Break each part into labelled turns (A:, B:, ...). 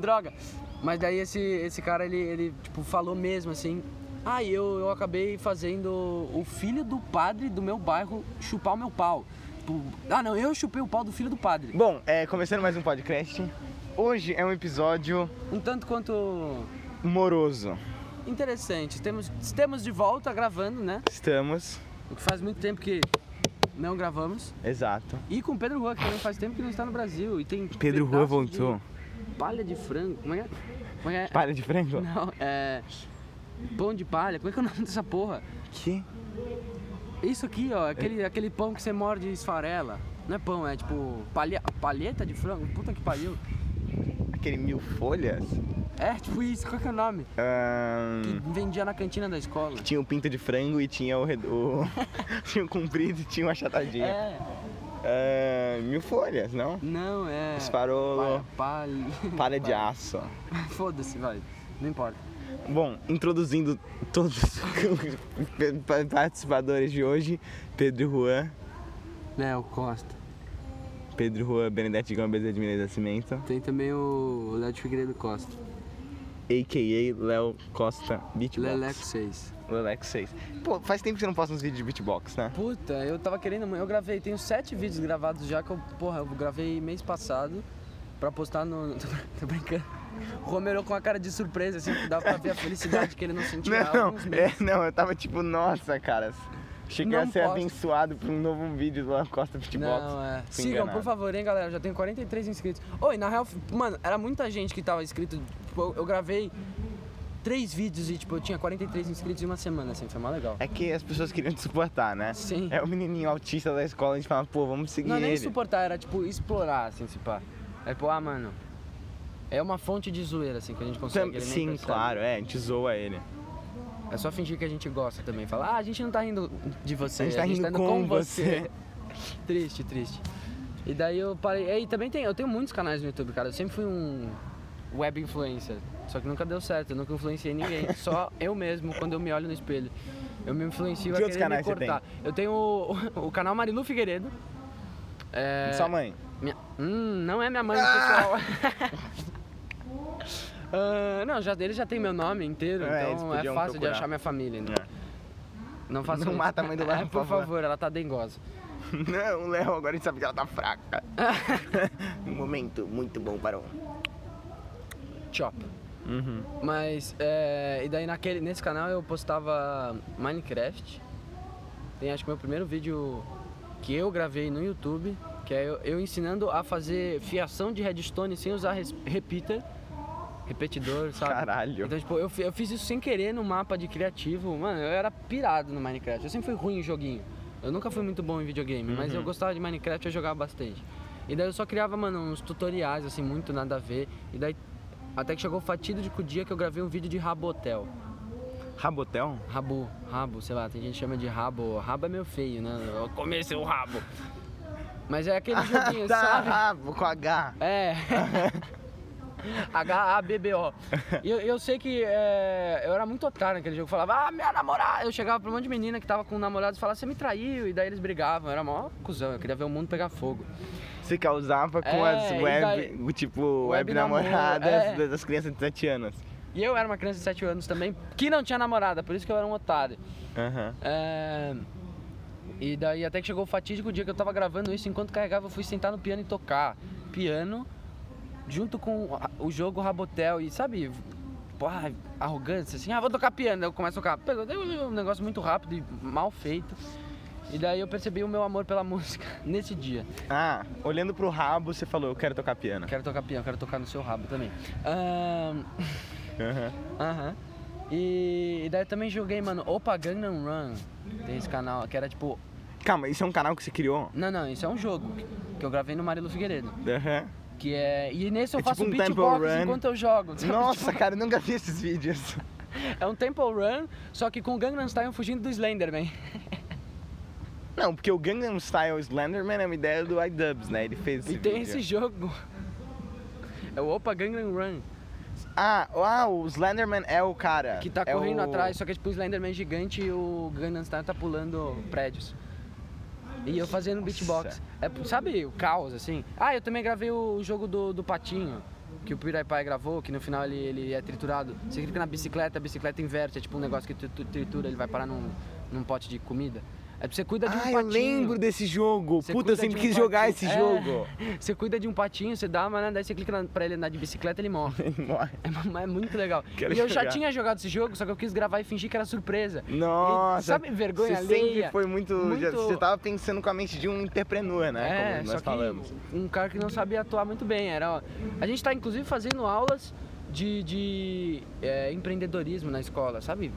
A: droga. Mas daí esse, esse cara, ele, ele, tipo, falou mesmo assim. Ah, e eu, eu acabei fazendo o filho do padre do meu bairro chupar o meu pau. Tipo, ah, não, eu chupei o pau do filho do padre.
B: Bom, é, começando mais um podcast. Hoje é um episódio
A: Um tanto quanto
B: moroso.
A: interessante. Temos, temos de volta gravando, né?
B: Estamos,
A: O que faz muito tempo que não gravamos.
B: exato.
A: E com Pedro Rua, que também faz tempo que não está no Brasil. E tem um
B: Pedro Rua
A: pedaço de
B: voltou.
A: Palha de frango. Como é que é? Como é? que é?
B: Palha de frango?
A: Não, é. Pão de palha. Como é que é o nome dessa porra?
B: Que?
A: Isso aqui, ó, aquele, aquele pão que você morde e esfarela. Não é pão, é tipo palha, palheta de frango. Puta que pariu.
B: Aquele mil folhas?
A: É, tipo isso, qual que é o nome?
B: Ahn,
A: Que vendia na cantina da escola.
B: Tinha o pinto de frango e tinha o redondo. tinha o comprido e tinha o achatadinho.
A: É.
B: Ahn, mil folhas, não?
A: Não, é.
B: Esfarolo,
A: Palha.
B: palha de aço.
A: Foda-se, vai. Não importa.
B: Bom, introduzindo todos os participadores de hoje, Pedro Juan,
A: Léo Costa.
B: Pedro Juan Benedetti Gomes de Minas Nascimento,
A: Tem também o Léo de Figueiredo Costa.
B: a.k.a. Léo Costa Beatbox.
A: Leleco 6.
B: Leleco 6. Pô, faz tempo que você não posta uns vídeos de beatbox, né?
A: Puta, eu tava querendo. muito- Eu gravei, tenho sete vídeos gravados já que eu, porra, eu gravei mês passado pra postar no. Tô, br- tô brincando. O Romero olhou com a cara de surpresa, assim, que dá pra ver a felicidade que ele não sentia há
B: Não, não,
A: alguns meses.
B: é, não, eu tava tipo, nossa, cara. Cheguei a
A: Não
B: ser
A: posta.
B: abençoado por um novo vídeo do Léo Costa Beatbox.
A: Não, é.
B: Fui
A: Sigam,
B: enganado.
A: por favor, hein, galera. Já tenho 43 inscritos. Oi, na real, mano, era muita gente que tava inscrito. Tipo, eu, eu gravei três vídeos e, tipo, eu tinha 43 inscritos em uma semana, assim, foi mó legal.
B: É que as pessoas queriam te suportar, né?
A: Sim.
B: É o menininho autista da escola, a gente fala, pô, vamos seguir
A: Não, é nem
B: ele.
A: suportar, era tipo explorar, assim, se pá. É tipo, ah, mano. É uma fonte de zoeira, assim, que a gente consegue.
B: Tam-
A: ele nem
B: Sim,
A: percebe.
B: claro, é, a gente zoa ele.
A: É só fingir que a gente gosta também. Falar, ah, a gente não tá rindo de você,
B: A gente tá rindo com você.
A: triste, triste. E daí eu parei. É, E também tem, eu tenho muitos canais no YouTube, cara. Eu sempre fui um web influencer. Só que nunca deu certo, eu nunca influenciei ninguém. só eu mesmo, quando eu me olho no espelho. Eu me influencio
B: Que
A: a
B: outros
A: querer
B: canais
A: me
B: você tem?
A: cortar. Eu tenho o, o canal Marilu Figueiredo. É,
B: Sua mãe.
A: minha- Hum, não é minha mãe, pessoal. Ah, não, já, ele já tem meu nome inteiro,
B: É, eles
A: então é
B: podiam
A: fácil de
B: procurar.
A: achar minha família. Então.
B: É.
A: Não faça
B: Não
A: isso.
B: mata a mãe do Léo,
A: É,
B: por
A: por
B: favor.
A: favor, ela tá dengosa.
B: Não, Léo, agora a gente sabe que ela tá fraca. um momento muito bom para um.
A: Chop. Uhum. Mas, é, e daí naquele, nesse canal eu postava Minecraft. Tem acho que meu primeiro vídeo que eu gravei no YouTube, que é eu, eu ensinando a fazer fiação de redstone sem usar res- repeater, repetidor, sabe?
B: Caralho.
A: Então, tipo, eu, fi- eu fiz isso sem querer no mapa de criativo. Mano, eu era pirado no Minecraft. Eu sempre fui ruim em joguinho. Eu nunca fui muito bom em videogame, mas eu gostava de Minecraft, eu jogava bastante. E daí eu só criava, mano, uns tutoriais, assim, muito nada a ver. E daí, até que chegou o fatídico dia que eu gravei um vídeo de Rabotel.
B: Rabotel?
A: Rabo, rabo, sei lá, tem gente que chama de rabo. Rabo é meio feio, né? Eu comer seu rabo. Mas é aquele joguinho,
B: tá,
A: sabe?
B: rabo com H.
A: É. H-A-B-B-O. E eu, eu sei que é, eu era muito otário naquele jogo. Falava, ah, minha namorada. Eu chegava pra um monte de menina que tava com namorados e falava, você me traiu. E daí eles brigavam. Eu era mó cuzão. Eu queria ver o mundo pegar fogo.
B: Você causava com
A: É,
B: as
A: e
B: web,
A: daí-
B: tipo, web
A: Web namoro,
B: namoradas
A: é.
B: da- das crianças de 7 anos.
A: E eu era uma criança de 7 anos também, que não tinha namorada. Por isso que eu era um otário.
B: Aham.
A: É, E daí até que chegou o fatídico dia que eu tava gravando isso, enquanto carregava, eu fui sentar no piano e tocar. Piano, junto com a- o jogo Rabotel e sabe, porra, arrogância, assim, ah, vou tocar piano, daí eu começo a tocar. Pegou deu um negócio muito rápido e mal feito. E daí eu percebi o meu amor pela música nesse dia.
B: Ah, olhando pro rabo, você falou, eu quero tocar piano.
A: Quero tocar piano, quero tocar no seu rabo também. Ahn,
B: Aham.
A: Aham. E, e daí eu também joguei, mano, Opa Gangnam Run. Tem esse canal que era tipo
B: Calma, isso é um canal que você criou?
A: Não, não, isso é um jogo que eu gravei no Marilu Figueiredo.
B: Aham.
A: Que é. E nesse eu
B: É
A: faço
B: tipo um
A: beatbox
B: Temple Run.
A: enquanto eu jogo. sabe?
B: Nossa, cara, eu nunca vi esses vídeos.
A: É um Temple Run, só que com o Gangnam Style fugindo do Slenderman.
B: Não, porque o Gangnam Style Slenderman é uma ideia do iDubbbz, né? Ele fez esse
A: e tem
B: vídeo.
A: esse jogo. É o Opa Gangnam Run,
B: Ah, ah, o Slenderman é o cara.
A: que tá
B: É
A: correndo
B: o-
A: atrás, só que é tipo o Slenderman gigante e o Gangnam Style tá pulando prédios. E eu fazendo beatbox. É, sabe o caos, assim? Ah, eu também gravei o jogo do, do Patinho. que o Piraipai gravou, que no final ele, ele é triturado. Você clica na bicicleta, a bicicleta inverte, é tipo um negócio que tu- tu tritura, ele vai parar num, num pote de comida. É pra você cuida de um
B: Ah,
A: patinho.
B: eu lembro desse jogo.
A: Você
B: Puta,
A: cuida
B: eu
A: de
B: sempre
A: um
B: quis jogar esse
A: patinho.
B: jogo.
A: Você cuida de um patinho, você dá, mas né, daí você clica na, pra ele andar de bicicleta ele morre.
B: Morre.
A: É, mu- é muito legal.
B: Quero
A: e eu já
B: jogar.
A: tinha jogado esse jogo, só que eu quis gravar e fingir que era surpresa. E
B: Nossa.
A: sabe, vergonha
B: Você sempre
A: alheia.
B: foi muito, já-
A: Muito-
B: Você tava pensando com a mente de um entrepreneur, né?
A: É,
B: Como
A: só
B: nós
A: que
B: falamos.
A: um cara que não sabia atuar muito bem. Era, ó, a gente tá inclusive fazendo aulas de, de, é, empreendedorismo na escola, sabe?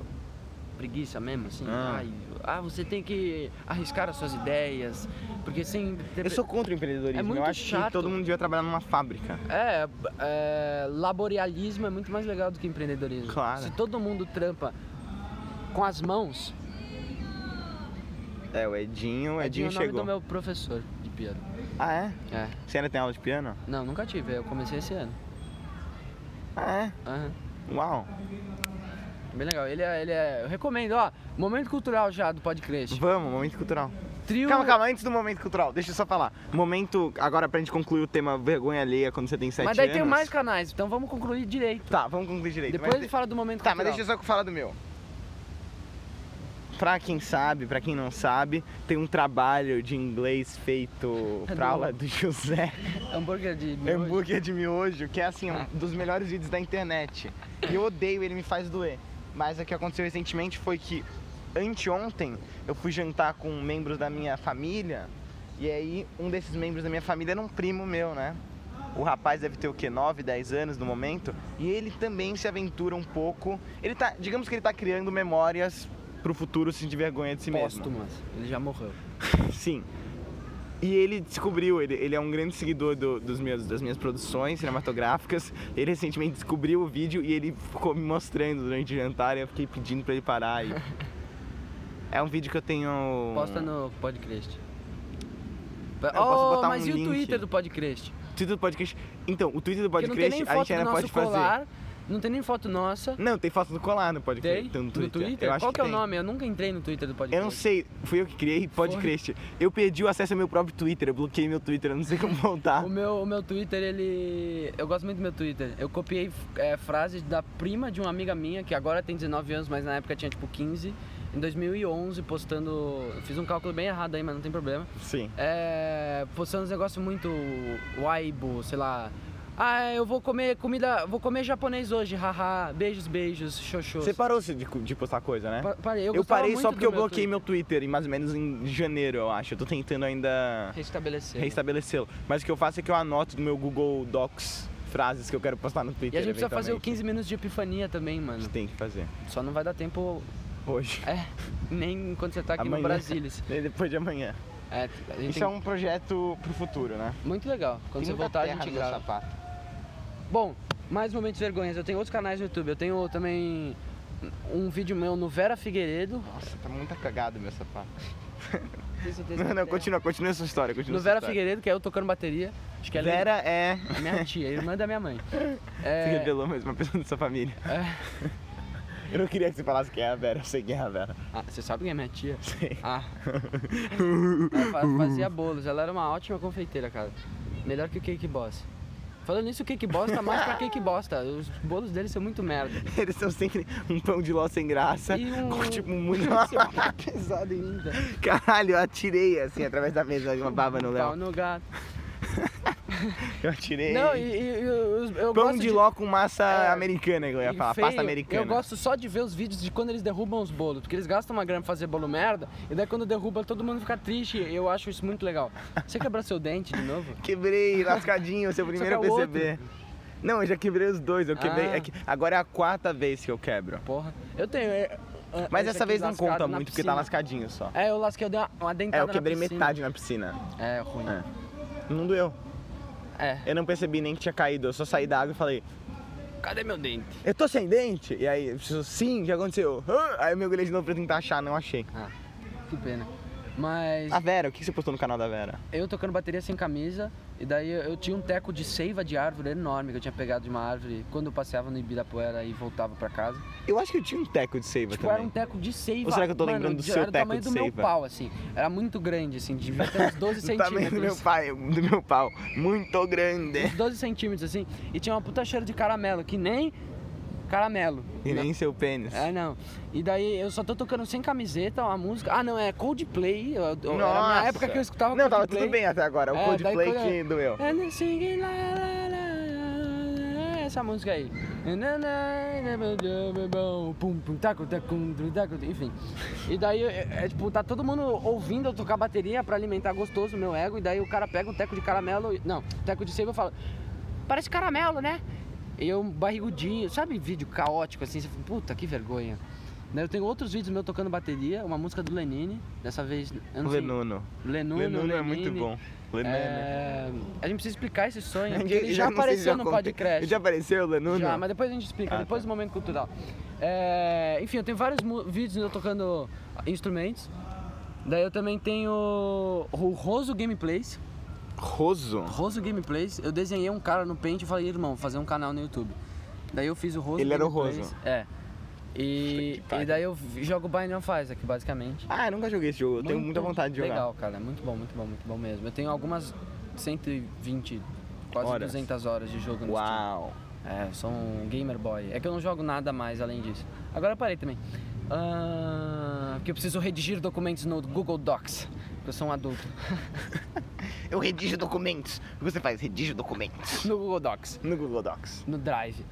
A: Preguiça mesmo, assim.
B: Ah.
A: Ai, ah, você tem que arriscar as suas ideias, porque sem...
B: Eu sou contra o empreendedorismo.
A: É muito
B: eu acho que
A: chato.
B: todo mundo devia trabalhar numa fábrica.
A: É, é, laborialismo é muito mais legal do que empreendedorismo.
B: Claro.
A: Se todo mundo trampa com as mãos,
B: É, o Edinho, o Edinho
A: é o nome
B: chegou.
A: do meu professor de piano.
B: Ah, é?
A: É.
B: Você ainda tem aula de piano?
A: Não, nunca tive, eu comecei esse ano.
B: Ah,
A: Aham.
B: é? Uau.
A: Bem legal. Ele é, ele é. Eu recomendo, ó. Momento cultural já do podcast.
B: Vamos, momento cultural.
A: Trio.
B: Calma, calma, antes do momento cultural, deixa eu só falar. Momento, agora pra gente concluir o tema vergonha alheia quando você tem 7
A: Mas
B: anos.
A: daí tem mais canais, então vamos concluir direito.
B: Tá, vamos concluir direito.
A: Depois
B: mas
A: ele fala do momento
B: Tá, mas
A: cultural.
B: deixa eu só falar do meu. Pra quem sabe, pra quem não sabe, tem um trabalho de inglês feito pra
A: do-
B: aula do José.
A: Hambúrguer de. miojo.
B: É
A: Ah.
B: Hambúrguer de miojo, que é assim, um dos melhores vídeos da internet. E eu odeio, ele me faz doer. Mas o que aconteceu recentemente foi que anteontem eu fui jantar com membros da minha família. E aí um desses membros da minha família era um primo meu, né? O rapaz deve ter o quê? 9, 10 anos no momento. E ele também se aventura um pouco. Ele tá, digamos que ele tá criando memórias pro futuro se de vergonha de si mesmo. Hum.
A: Póstumas. assim, Ele já morreu.
B: Sim. E ele descobriu, ele, ele é um grande seguidor do- dos meus, das minhas produções cinematográficas. Ele recentemente descobriu o vídeo e ele ficou me mostrando durante o jantar e eu fiquei pedindo pra ele parar. E... É um vídeo que eu tenho.
A: Posta no podcast.
B: Eu posso botar
A: mas
B: um
A: e
B: link.
A: o Twitter do podcast?
B: Twitter do podcast. Então, o Twitter do
A: Porque não tem nem
B: podcast a
A: foto
B: gente
A: do
B: ainda
A: nosso
B: pode fazer.
A: colar, não tem nem foto nossa.
B: Não, tem foto do colar no podcast.
A: Tem?
B: no Twitter. Eu acho
A: Qual que é o
B: tem.
A: nome? Eu nunca entrei no Twitter do podcast.
B: Eu não sei, fui eu que criei, pode
A: Foi.
B: crer. Eu perdi o acesso ao meu próprio Twitter, eu bloqueei meu Twitter, eu não sei como voltar.
A: O meu, o meu Twitter, ele. Eu gosto muito do meu Twitter. Eu copiei é, frases da prima de uma amiga minha, que agora tem 19 anos, mas na época tinha tipo 15. Em 2011, postando. eu Fiz um cálculo bem errado aí, mas não tem problema.
B: Sim.
A: É, postando uns negócios muito. Waibo, sei lá. Ah, eu vou comer comida. Vou comer japonês hoje, haha. Beijos, beijos, xoxô.
B: Você parou de, de postar coisa, né?
A: Pa- parei, eu,
B: Eu,
A: gostava
B: parei
A: muito
B: só
A: do
B: porque eu
A: meu
B: bloqueei
A: Twitter.
B: meu Twitter, em mais ou menos em janeiro, eu acho. Eu tô tentando ainda
A: Restabelecer.
B: reestabelecê-lo. Mas o que eu faço é que eu anoto do meu Google Docs frases que eu quero postar no
A: E
B: Twitter.
A: a gente precisa fazer o
B: eventualmente.
A: 15 minutos de epifania também,
B: A
A: mano.
B: gente tem que fazer.
A: Só não vai dar tempo
B: Hoje.
A: É, nem enquanto você tá aqui
B: Amanhã.
A: no Brasília.
B: E depois de amanhã.
A: É, a gente
B: Isso é um projeto pro futuro, né?
A: tem- Muito legal. Quando
B: Tem
A: você
B: muita
A: voltar, a
B: terra
A: gente
B: no meu
A: grava.
B: sapato.
A: Bom, mais momentos vergonhas. Eu tenho outros canais no YouTube. Eu tenho também um vídeo meu no Vera Figueiredo.
B: Nossa, tá muito cagado meu sapato.
A: Tenho certeza que
B: Não, não,
A: tem.
B: continua, continua essa história, continua
A: No
B: essa
A: Vera
B: história.
A: Figueiredo, que é eu tocando bateria. Acho que ela é
B: Vera é...
A: minha tia, irmã da minha mãe.
B: Você
A: É,
B: revelou mesmo uma pessoa da sua família.
A: é-
B: Eu não queria que você falasse quem é a Vera, eu sei quem é a Vera.
A: Ah, você sabe quem é minha tia?
B: Sei.
A: Ah. Ela fa- fazia bolos, ela era uma ótima confeiteira, cara. Melhor que o Cake Boss. Falando nisso, o Cake Boss tá mais pra Cake Boss, tá? Os bolos dele são muito merda.
B: Eles são sempre um pão de ló sem graça.
A: E um-
B: Com tipo muito pesado em mim.
A: Linda.
B: Caralho, eu atirei assim através da mesa de uma baba
A: Pau
B: no Léo.
A: no gato.
B: Eu atirei.
A: Não, e, e- e os- eu
B: Pão
A: gosto
B: de ló com massa
A: É,
B: americana, que eu ia
A: e
B: falar.
A: feio.
B: Pasta americana.
A: Eu gosto só de ver os vídeos de quando eles derrubam os bolos, porque eles gastam uma grana pra fazer bolo merda, e daí quando derruba todo mundo fica triste, e eu acho isso muito legal. Você quebrou seu dente de novo?
B: Quebrei, lascadinho, seu primeiro a
A: Só que é o
B: perceber. Não, eu já quebrei os dois. Eu quebrei.
A: Ah.
B: é que agora é a quarta vez que eu quebro.
A: Porra. Eu tenho. é, é,
B: Mas
A: esse
B: dessa
A: aqui
B: vez não
A: lascado
B: conta
A: na
B: muito, porque tá
A: piscina.
B: lascadinho só.
A: É, eu lasquei, eu dei uma, uma dentada
B: É, eu
A: na
B: quebrei
A: piscina.
B: metade na piscina.
A: É, ruim.
B: É. Não doeu.
A: É.
B: Eu não percebi nem que tinha caído. Eu só saí da água e falei,
A: Cadê meu dente?
B: eu tô sem dente? E aí, eu preciso, sim, o que aconteceu? Ah! Aí eu mergulhei de novo pra tentar achar, não achei.
A: Ah, que pena. Mas
B: Ah. A Vera, o que você postou no canal da Vera?
A: eu tocando bateria sem camisa, E daí eu tinha um teco de seiva de árvore enorme que eu tinha pegado de uma árvore quando eu passeava no Ibirapuera e voltava pra casa.
C: Eu acho que eu tinha um teco de seiva
A: Tipo,
C: também.
A: era um teco de seiva.
C: Ou será que eu tô
A: mano,
C: lembrando do
A: de-
C: seu
A: era
C: teco
A: do tamanho
C: de
A: do meu
C: seiva?
A: pau, assim. Era muito grande, assim, devia ter uns 12
B: O tamanho do meu
A: centímetros.
B: pai, do meu pau, muito grande.
A: Uns 12 centímetros, assim. E tinha uma puta cheiro de caramelo, que nem caramelo.
C: E nem seu pênis.
A: É, não. E daí eu só tô tocando sem camiseta uma música. Ah, não, é Coldplay. Eu, eu, então, era
B: Nossa.
A: na época que eu escutava
B: Não, tava
A: Coldplay.
B: tudo bem até agora. O
A: É,
B: Coldplay
A: daí quando-
B: que doeu.
A: And I'm singing la, la, la, la, la, Essa música aí. Na, na, na, na, na, na, pum, pum, taco, tacum, tru, taco, Enfim. E daí, é, é, tipo, tá todo mundo ouvindo eu tocar bateria pra alimentar gostoso o meu ego. E daí o cara pega um teco de caramelo. e- Não, teco de seiva e fala: Parece caramelo, né? E eu barrigudinho, sabe vídeo caótico assim? Você fala, puta, que vergonha. Daí eu tenho outros vídeos meu tocando bateria, uma múca do Lenine, dessa vez. eu não sei-
B: Lenuno.
A: Lenuno,
B: Lenuno é muito
A: Lenine.
B: bom. Lenuno.
A: É, a gente precisa explicar esse sonho,
B: Eu
A: porque ele
B: eu
A: já
B: não sei se
A: apareceu no
B: contei.
A: podcast.
B: Ele já apareceu, Lenuno?
A: Já, mas depois a gente explica,
B: Ah,
A: depois do momento cultural. É, enfim, eu tenho vários mu- vídeos eu tocando instrumentos. Daí eu também tenho o Roso Gameplays.
B: Roso.
A: Roso Gameplays, eu desenhei um cara no Paint e falei, irmão, vou fazer um canal no YouTube. Daí eu fiz o Roso
B: Ele era o
A: Gameplays,
B: Roso.
A: É. E,
B: Puta que
A: e daí eu vi- jogo Binding of Isaac, basicamente.
B: Ah, eu nunca joguei esse jogo, eu tenho
A: Muito
B: muita vontade de jogar.
A: Legal, cara. é Muito bom, muito bom, muito bom mesmo. Eu tenho algumas 120, quase
B: Horas.
A: 200 horas de jogo no Steam.
B: Uau.
A: É, eu sou um gamer boy. É que eu não jogo nada mais além disso. Agora eu parei também. Ah, que eu preciso redigir documentos no Google Docs. Porque eu sou um adulto.
B: Eu redijo documentos. O que você faz? Redijo documentos.
A: No Google Docs.
B: No Google Docs.
A: No Drive.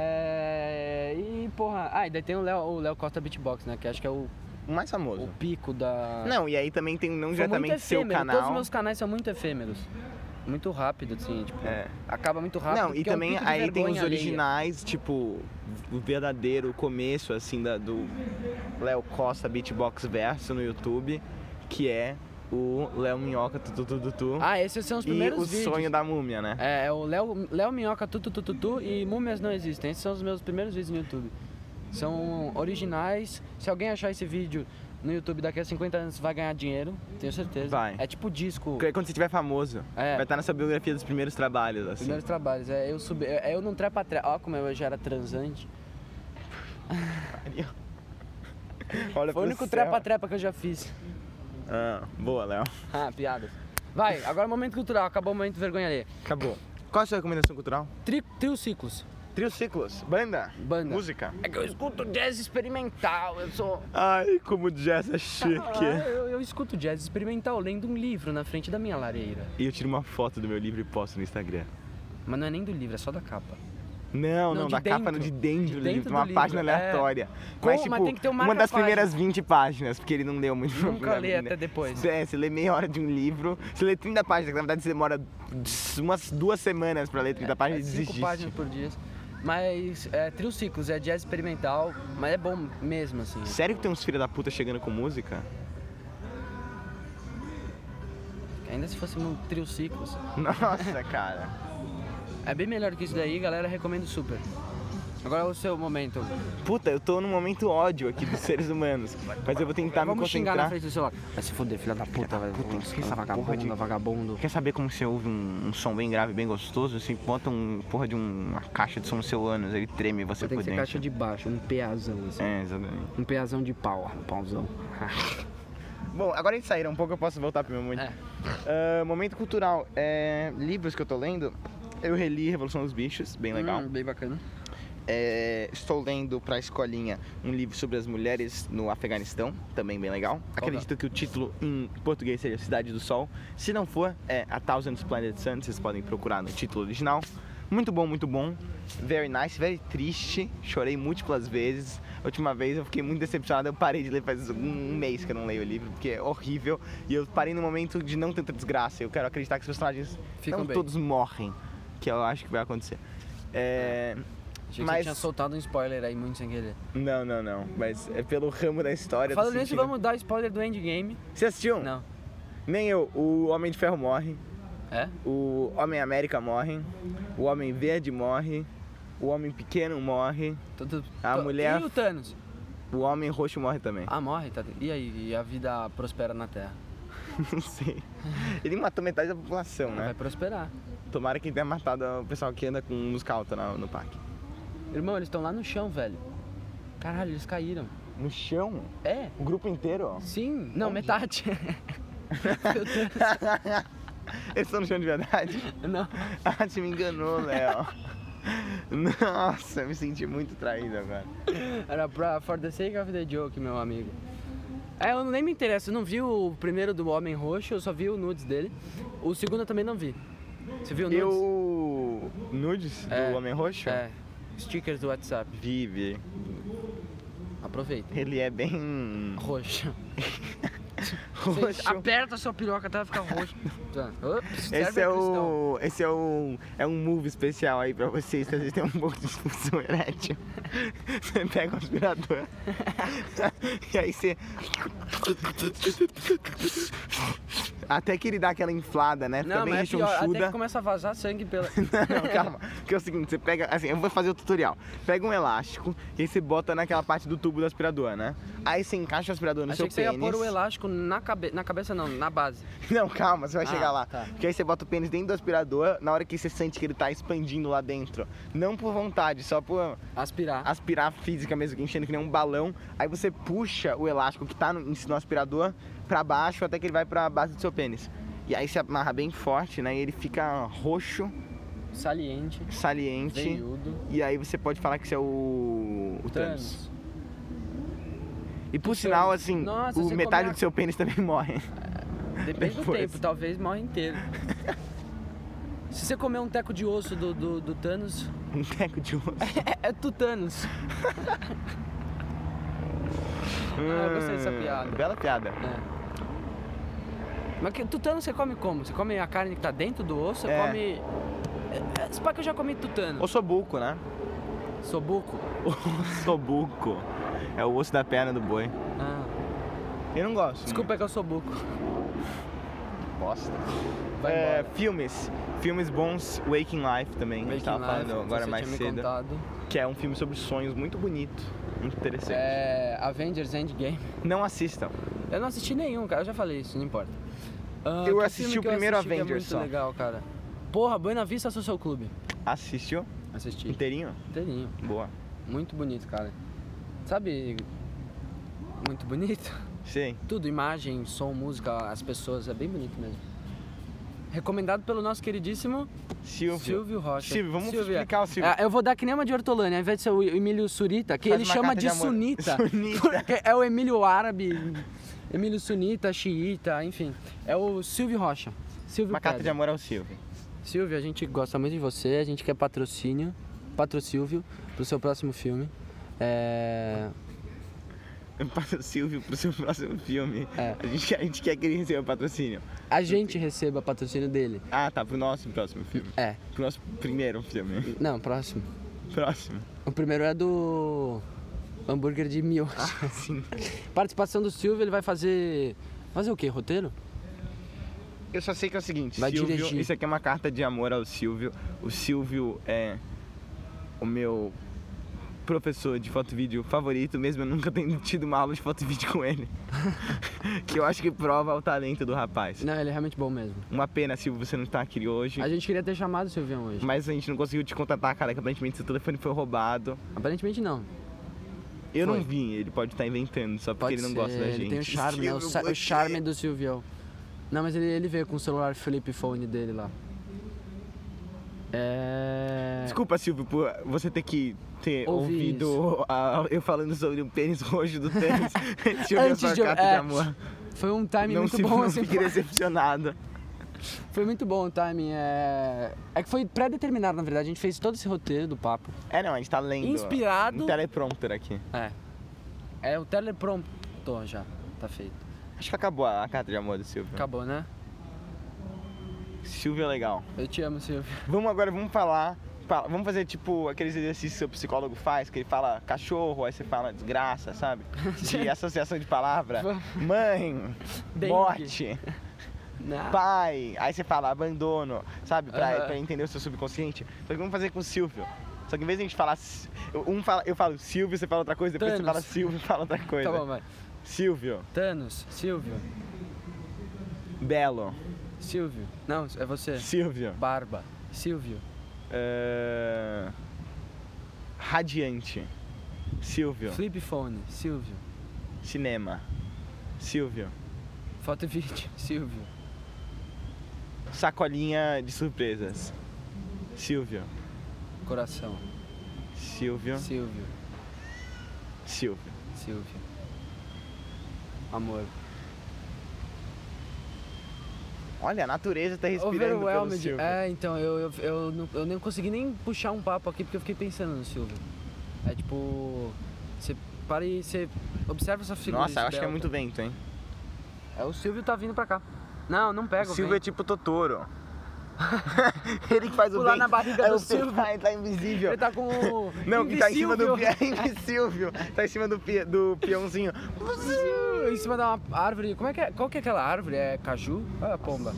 A: É, e porra. Ah, e daí tem o Léo o Léo Costa Beatbox, né? Que acho que é o,
B: O mais
A: o
B: famoso.
A: pico da.
B: Não, e aí também tem não
A: Foi
B: diretamente
A: muito
B: seu
A: efêmero. Todos os
B: canal.
A: meus canais são muito efêmeros. Muito rápido, assim, tipo,
B: É.
A: acaba muito rápido.
B: Não, e
A: porque é um
B: também
A: pico de
B: aí tem
A: vergonha
B: os
A: alheia.
B: originais, tipo, o verdadeiro começo, assim, da, do Léo Costa Beatbox Verso no YouTube, que é o Léo Minhoca tu, tu, tu, tu, tu,
A: Ah, esses são os
B: e
A: primeiros
B: o
A: vídeos.
B: sonho da múmia, né?
A: É, é o Léo Léo Minhoca tu, tu, tu, tu, tu, e Múmias Não Existem. Esses são os meus primeiros vídeos no YouTube. São originais. Se alguém achar esse vídeo no YouTube daqui a 50 anos, vai ganhar dinheiro. Tenho certeza.
B: Vai.
A: É tipo disco.
B: Porque aí quando você estiver famoso,
A: É.
B: vai estar na sua biografia dos primeiros trabalhos, assim.
A: Primeiros trabalhos. É, eu subi. é, eu não trepa atrás. Ó, como eu já era transante.
B: Olha
A: Foi o
B: pro
A: único
B: céu.
A: trepa-trepa que eu já fiz.
B: Ah, boa, Léo.
A: Ah, piadas. Vai, agora é momento cultural, acabou o momento de vergonha ali.
B: Acabou. Qual a sua recomendação cultural?
A: Tri, trio Ciclos,
B: Trio Ciclos. Banda.
A: banda.
B: Música.
A: É que eu escuto jazz experimental, eu sou.
B: Ai, como jazz é
A: Ah,
B: chique.
A: eu, eu escuto jazz experimental lendo um livro na frente da minha lareira.
C: E eu tiro uma foto do meu livro e posto no Instagram.
A: Mas não é nem do livro, é só da capa.
B: Não, não,
A: Não, de
B: da capa não,
A: dentro.
C: De
B: de dentro
C: dentro
B: do
A: dentro
B: livro,
A: do
B: uma
A: livro,
B: página
A: é.
B: aleatória.
A: Com-
B: mas, tipo,
A: mas tem que ter um
B: uma das
A: marca-página.
B: primeiras 20 páginas, porque ele não leu muito.
A: Nunca
B: na
A: li
B: vida.
A: até depois.
B: É, você lê meia hora de um livro, você lê 30 páginas, que na verdade você demora umas duas semanas pra ler 30 páginas
A: É
B: e
A: cinco
B: desiste.
A: páginas por dia. Mas é trio ciclos, é jazz experimental, mas é bom mesmo, assim.
B: Sério que tem uns filhos da puta chegando com música?
A: Ainda se fosse um trio ciclos.
B: Nossa, cara.
A: É bem melhor que isso daí, galera. Recomendo super. Agora é o seu momento.
B: Puta, eu tô num momento ódio aqui dos seres humanos. Mas eu vou tentar me
A: né? Vamos xingar na
B: concentrar.
A: frente do celular. Vai se fuder, filha da puta, velho.
B: puta,
A: Nossa,
B: que essa porra
A: vagabunda,
B: de-
A: vagabundo.
B: Quer saber como você ouve um, um som bem grave, bem gostoso? Você bota um porra de um- uma caixa de som no seu ânus, ele treme você
A: Tem
B: por
A: que ser
B: dentro.
A: caixa de baixo, um peazão, assim.
B: É, exatamente.
A: Um peazão de pau, um pauzão.
B: Bom, agora eles saíram um pouco, eu posso voltar pro meu momento.
A: É.
B: Ah, momento cultural. É, livros que eu tô lendo, eu reli Revolução dos Bichos, bem legal.
A: Hum, bem bacana.
B: É, estou lendo pra escolinha um livro sobre as mulheres no Afeganistão, também bem legal. Acredito que o título em português seja Cidade do Sol. Se não for, é A Thousand Splendid Sun, vocês podem procurar no título original. Muito bom, muito bom. Very nice, very triste. Chorei múltiplas vezes. A última vez eu fiquei muito decepcionado, eu parei de ler faz um, um mês que eu não leio o livro, porque é horrível. E eu parei no momento de não tanta desgraça. Eu quero acreditar que os personagens
A: Ficam
B: não
A: bem.
B: todos morrem, que eu acho que vai acontecer. É...
A: Achei que
B: Mas-
A: você tinha soltado um spoiler aí muito sem querer.
B: Não, não, não. Mas é pelo ramo da história. eu tô
A: Falando nisso,
B: sentindo.
A: vamos dar spoiler do endgame.
B: Você assistiu?
A: Não.
B: Nem eu. O Homem de Ferro morre.
A: É?
B: O Homem América morre. O Homem Verde morre. O Homem Pequeno morre.
A: Tudo,
B: A
A: to-
B: mulher- é
A: E o Thanos?
B: O Homem Roxo morre também.
A: Ah, morre, tá? E aí? E a vida prospera na Terra?
B: Não sei. Ele matou metade da população,
A: Vai
B: né?
A: prosperar.
B: Tomara que ele tenha matado o pessoal que anda com um música alta no, no parque.
A: Irmão, eles estão lá no chão, velho. Caralho, eles caíram.
B: No chão?
A: É?
B: O grupo inteiro?
A: Sim. Não,
B: Onde?
A: metade.
B: Eles estão no chão de verdade?
A: Não.
B: Ah, te me enganou, Léo. Nossa, me senti muito traído agora.
A: Era pra For the Sake of the Joke, meu amigo. É, eu nem me interesso, eu não vi o primeiro do Homem Roxo, eu só vi o nudes dele. O segundo eu também não vi. Você viu o nudes?
B: Eu. Nudes do
A: É,
B: Homem Roxo?
A: É. Stickers do WhatsApp.
B: Vive.
A: Aproveita.
B: Ele é bem.
A: Roxo.
B: roxo.
A: Você aperta sua piroca até ela ficar roxa. Tá. Ops,
B: Esse
A: serve
B: é
A: cristão.
B: o. Esse é um. É um move especial aí pra vocês, se vocês têm um pouco de disfunção erétil. Você pega o aspirador. e aí você. Até que ele dá aquela inflada, né? Fica
A: Não,
B: bem
A: mas é pior, até
B: rechonchuda.
A: que começa a vazar sangue pela...
B: Não, calma. Porque é o seguinte, você pega, assim, eu vou fazer o tutorial. Pega um elástico e aí você bota naquela parte do tubo do aspirador, né? Aí você encaixa o aspirador no
A: Achei
B: seu
A: que você ia
B: pênis.
A: pôr o elástico na, cabe... na cabeça, não, na base.
B: Não, calma, você vai
A: Ah,
B: chegar lá.
A: tá.
B: Porque aí você bota o pênis dentro do aspirador, na hora que você sente que ele tá expandindo lá dentro. Não por vontade, só por
A: Aspirar.
B: aspirar a física mesmo, que enchendo que nem um balão. Aí você puxa o elástico que tá no, no aspirador pra baixo até que ele vai pra base do seu pênis. E aí você amarra bem forte, né? E ele fica roxo,
A: Saliente.
B: saliente.
A: Veiudo.
B: E aí você pode falar que você é o, o Thanos.
A: Thanos.
B: E por
A: O
B: sinal,
A: Thanos.
B: assim,
A: Nossa,
B: o
A: você
B: metade
A: come a-
B: do seu pênis também morre.
A: Depende do
B: Depois.
A: tempo, talvez morre inteiro. Se você comer um teco de osso do, do, do Thanos,
B: Um teco de osso.
A: é, é tu Thanos. Ah, eu gostei dessa
B: Hum,
A: piada.
B: Bela piada.
A: É. Mas que, tutano você come como? Você come a carne que tá dentro do osso? Você
B: É.
A: come. É, é, Se pá que eu já comi tutano.
B: Ossobuco, né?
A: Sobuco?
B: Ossobuco. É o osso da perna do boi.
A: Ah.
B: Eu não gosto.
A: Desculpa é que eu sou buco.
B: muito. bosta.
A: Vai
B: É,
A: embora.
B: filmes. Filmes bons, Waking Life também, que a gente tava
A: Making Life,
B: falando
A: que
B: agora
A: você
B: mais
A: tinha me
B: cedo.
A: contado.
B: Que é um filme sobre sonhos muito bonito, muito interessante.
A: É. Avengers Endgame.
B: Não assistam.
A: Eu não assisti nenhum, cara. Eu já falei isso, não importa. Ah,
B: Eu
A: que
B: assisti
A: filme
B: o
A: que eu
B: primeiro
A: assisti que
B: Avengers
A: É
B: só.
A: muito legal, cara. Porra, Buena Vista Social Clube.
B: Assistiu?
A: Assisti.
B: Inteirinho?
A: Inteirinho.
B: Boa.
A: Muito bonito, cara. Sabe. Muito bonito?
B: Sim.
A: Tudo, imagem, som, música, as pessoas, é bem bonito mesmo. Recomendado pelo nosso queridíssimo
B: Silvio.
A: Silvio Rocha.
B: Silvio, vamos
A: Silvia.
B: explicar o Silvio.
A: É, eu vou dar que nem uma de hortolândia, ao invés de ser o Emílio Surita, que
B: Faz
A: ele
B: uma
A: chama
B: carta
A: de,
B: de amor.
A: Sunita.
B: Sunita.
A: Porque é o Emílio Árabe, Emílio Sunita, Xiita, enfim. É o Silvio Rocha. Silvio
B: Uma carta de
A: Pedra.
B: amor ao Silvio.
A: Silvio, a gente gosta muito de você, a gente quer patrocínio, patrocílvio, pro seu próximo filme. É...
B: Para o Um Silvio, pro seu próximo filme.
A: É.
B: A, gente, quer- a gente quer que ele receba patrocínio.
A: A gente receba patrocínio dele.
B: Ah, tá, pro nosso próximo filme.
A: É,
B: Pro nosso primeiro filme.
A: não, próximo.
B: Próximo.
A: O primeiro é do hambúrguer de miojo.
B: Ah, Sim.
A: Participação do Silvio, ele vai fazer. Fazer o quê? Roteiro?
B: Eu só sei que é o seguinte,
A: Vai
B: Silvio,
A: dirigir.
B: isso aqui é uma carta de amor ao Silvio. O Silvio é o meu professor de foto e vídeo favorito, mesmo eu nunca tendo tido uma aula de foto e vídeo com ele. que eu acho que prova o talento do rapaz.
A: Não, ele é realmente bom mesmo.
B: Uma pena, Silvio, você não estar aqui hoje.
A: A gente queria ter chamado o Silvião hoje.
B: Mas a gente não conseguiu te contratar, cara, que aparentemente seu telefone foi roubado.
A: Aparentemente não.
B: Eu
A: Foi.
B: não vi, ele pode estar inventando, só
A: Pode
B: porque ele não
A: ser,
B: gosta da
A: ele
B: gente.
A: Tem o charme, né? o,
B: Silvio,
A: sa- o
B: você-
A: charme do Silvião. Não, mas ele, ele veio com o celular flip phone dele lá. É.
B: Desculpa, Silvio, por você ter que ter
A: Ouvi
B: ouvido a- eu falando sobre o pênis roxo do tênis. Antes
A: Antes de eu-
B: carta
A: é,
B: de amor.
A: Foi um timing
B: Não,
A: muito
B: se,
A: bom
B: não
A: assim.
B: fique decepcionado.
A: Foi muito bom o timing. É, é que foi pré-determinado, na verdade. A gente fez todo esse roteiro do papo.
B: É, não, a gente tá lendo.
A: Inspirado.
B: Um teleprompter aqui.
A: É. É o telepromptor já. Tá feito.
B: Acho que acabou a, a carta de amor do Silvio.
A: Acabou, né?
B: Silvio é legal.
A: Eu te amo, Silvio.
B: Vamos agora, vamos falar. fala- Vamos fazer tipo aqueles exercícios que o psicólogo faz, que ele fala cachorro, aí você fala desgraça, sabe? De associação de palavra. Mãe,
A: Dengue.
B: morte.
A: Não.
B: pai, aí você fala abandono, sabe? Pra,
A: Aham.
B: pra entender o seu subconsciente. Só que vamos fazer com o Silvio. Só que em vez de a gente falar. s- Um fala, eu falo Silvio, você fala outra coisa, depois
A: Thanos.
B: você fala Silvio, fala outra coisa.
A: Tá bom, vai.
B: Silvio.
A: Thanos, Silvio.
B: Belo.
A: Silvio. Não, é você.
C: Silvio.
A: Barba. Silvio.
C: É,
B: Radiante.
C: Silvio.
A: Flip phone. Silvio.
C: Cinema. Silvio.
A: Foto e vídeo. Silvio.
C: Sacolinha de surpresas. Silvio.
A: Coração.
C: Silvio.
A: Silvio.
C: Silvio.
A: Silvio. Amor.
B: Olha, a natureza tá respirando pelo
A: Overwhelmed.
B: Silvio.
A: É, então, eu, eu, eu, não, eu nem consegui nem puxar um papo aqui porque eu fiquei pensando no Silvio. É tipo. Você para e você observa essa figura.
B: Nossa, eu acho que é
A: esbelta.
B: muito vento, hein?
A: É, o Silvio tá vindo pra cá. Não, não pega o
B: Silvio é
A: vento.
B: tipo Totoro. Ele que faz o
A: Pular
B: vento.
A: na barriga
B: Aí
A: do
B: o Silvio
A: Silvio.
B: vai, tá invisível.
A: Ele tá com o.
B: Não, que tá em cima do
A: Invisível.
B: peão. Silvio. Tá em cima do, pi- do peãozinho.
A: Em cima da uma árvore. Como é que é? Qual que é aquela árvore? É caju? Olha a pomba.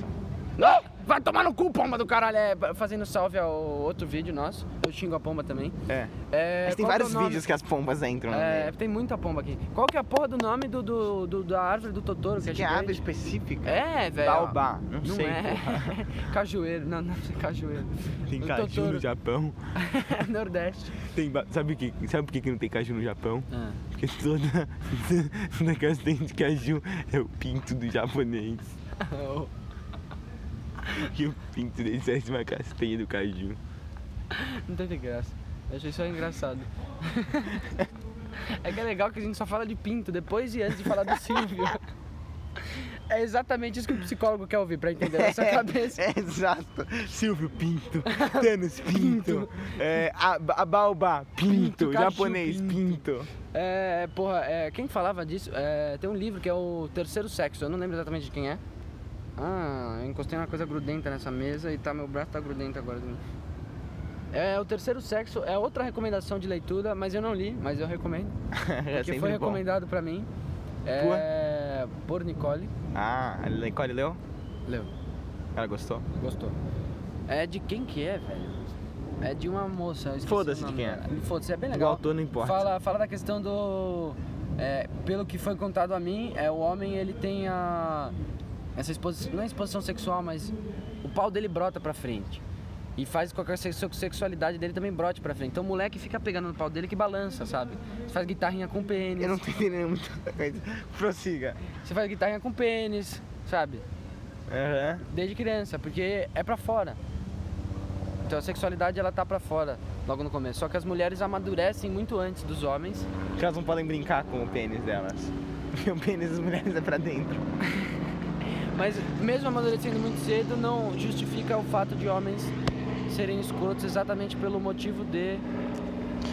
A: Não! Vai tomar no cu, pomba do caralho! É, fazendo salve ao outro vídeo nosso. Eu xingo a pomba também.
B: É.
A: É, qual
B: Mas tem
A: que é
B: vários
A: o nome?
B: vídeos que as pombas entram. no
A: É,
B: meio.
A: tem muita pomba aqui. Qual que é a porra do nome do, do, do- da árvore do Totoro?
B: Você
A: Que é
B: quer árvore
A: gigante?
B: específica?
A: É, velho. ó.
B: Baobá. Não,
A: Não
B: sei.
A: é. cajueiro. Não, não é cajueiro.
C: Tem
A: O
C: caju
A: Totoro.
C: no Japão.
A: É Nordeste.
C: Tem ba- sabe o que, sabe por que que não tem caju no Japão?
A: Ah.
C: Porque toda toda castanha de caju é o pinto do japonês.
A: É
C: E o pinto dele parece uma castanha do caju.
A: Não teve graça. Eu achei só engraçado. é que é legal que a gente só fala de pinto depois e antes de falar do Silvio. É exatamente isso que o psicólogo quer ouvir pra entender essa cabeça.
B: É, exato.
C: Silvio Pinto, Thanos Pinto, é, a, a Baobá Pinto,
A: Pinto, caju
C: japonês Pinto.
A: É, porra, é, quem falava disso? É, tem um livro que é o Terceiro Sexo, eu não lembro exatamente de quem é. Ah, eu encostei uma coisa grudenta nessa mesa e tá, meu braço tá grudento agora. também. É, o Terceiro Sexo é outra recomendação de leitura, mas eu não li, mas eu recomendo.
B: É
A: que
B: sempre
A: foi
B: bom.
A: recomendado pra mim. É, por Nicole.
B: Ah, a Nicole leu?
A: Leu.
B: Ela gostou?
A: Gostou. É de quem que é, velho? É de uma moça. eu esqueci
B: Foda-se
A: o nome
B: de quem
A: dela.
B: é.
A: Foda-se, é bem
B: O
A: legal.
B: autor não importa.
A: Fala, fala da questão do. é, pelo que foi contado a mim, é, o homem ele tem a. Essa exposição. Não é exposição sexual, mas o pau dele brota pra frente. E faz com que a sexu- sexualidade dele também brote pra frente. Então o moleque fica pegando no pau dele que balança, sabe? Você faz guitarrinha com pênis.
B: Eu não tô entendendo muita coisa. Prossiga.
A: Você faz guitarrinha com pênis, sabe?
B: Aham.
A: desde criança, porque é pra fora. Então a sexualidade ela tá pra fora logo no começo. Só que as mulheres amadurecem muito antes dos homens.
B: Porque elas não podem brincar com o pênis delas. Porque o pênis das mulheres é pra dentro.
A: Mas mesmo amadurecendo muito cedo não justifica o fato de homens serem escrotos exatamente pelo motivo de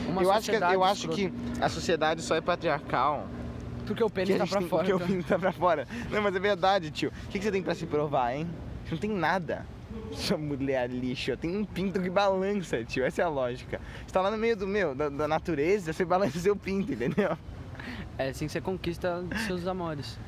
A: uma
B: eu acho que,
A: sociedade
B: eu acho
A: escrota.
B: que a sociedade só é patriarcal.
A: porque o pênis
B: que a
A: tá
B: gente
A: pra
B: tem-
A: fora.
B: Que o
A: cara.
B: pênis tá pra fora. Não, mas é verdade, tio. O que, que você tem pra se provar, hein? Você não tem nada. Sua mulher lixo. Tem um pinto que balança, tio. Essa é a lógica. Você tá lá no meio do meu, da, da natureza, você balança o seu pinto, entendeu?
A: É assim que você conquista seus amores.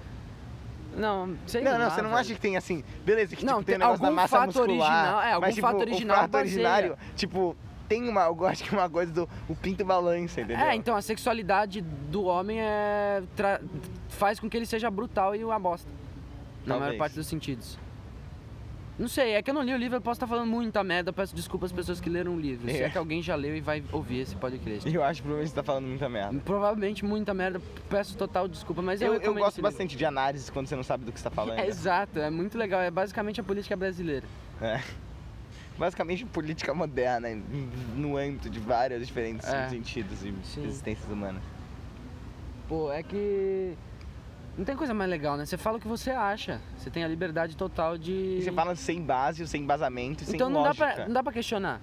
A: Não, sei
B: não, não,
A: lá,
B: você não
A: velho.
B: acha que tem assim, beleza, que
A: Não,
B: tipo,
A: tem
B: tem o negócio da
A: algum
B: massa
A: fato
B: muscular.
A: original- é, algum
B: mas, tipo,
A: fato original
B: O fato
A: baseia.
B: originário, tipo, tem uma, eu acho que é uma coisa do o pinto balança, entendeu?
A: É, então a sexualidade do homem é, tra- faz com que ele seja brutal e uma bosta. Na maior
B: Talvez.
A: parte dos sentidos. Não sei, é que eu não li o livro, eu posso estar falando muita merda, eu peço desculpa às pessoas que leram o livro. Se é
B: É.
A: que alguém já leu e vai ouvir esse podcast.
B: Eu acho que provavelmente você tá falando muita merda.
A: Provavelmente muita merda, peço total desculpa, mas eu,
B: Eu, eu
A: recomendo
B: gosto
A: esse
B: bastante de análise quando você não sabe do que você tá falando.
A: livro. É, exato, é muito legal, é basicamente a política brasileira.
B: É. Basicamente política moderna, em- no âmbito de vários diferentes
A: É.
B: sentidos e
A: Sim.
B: existências humanas.
A: Pô, é que. Não tem coisa mais legal, né? Você fala o que você acha. Você tem a liberdade total de.
B: E você fala sem base, sem embasamento, sem
A: então não dá,
B: lógica.
A: pra, não dá pra questionar.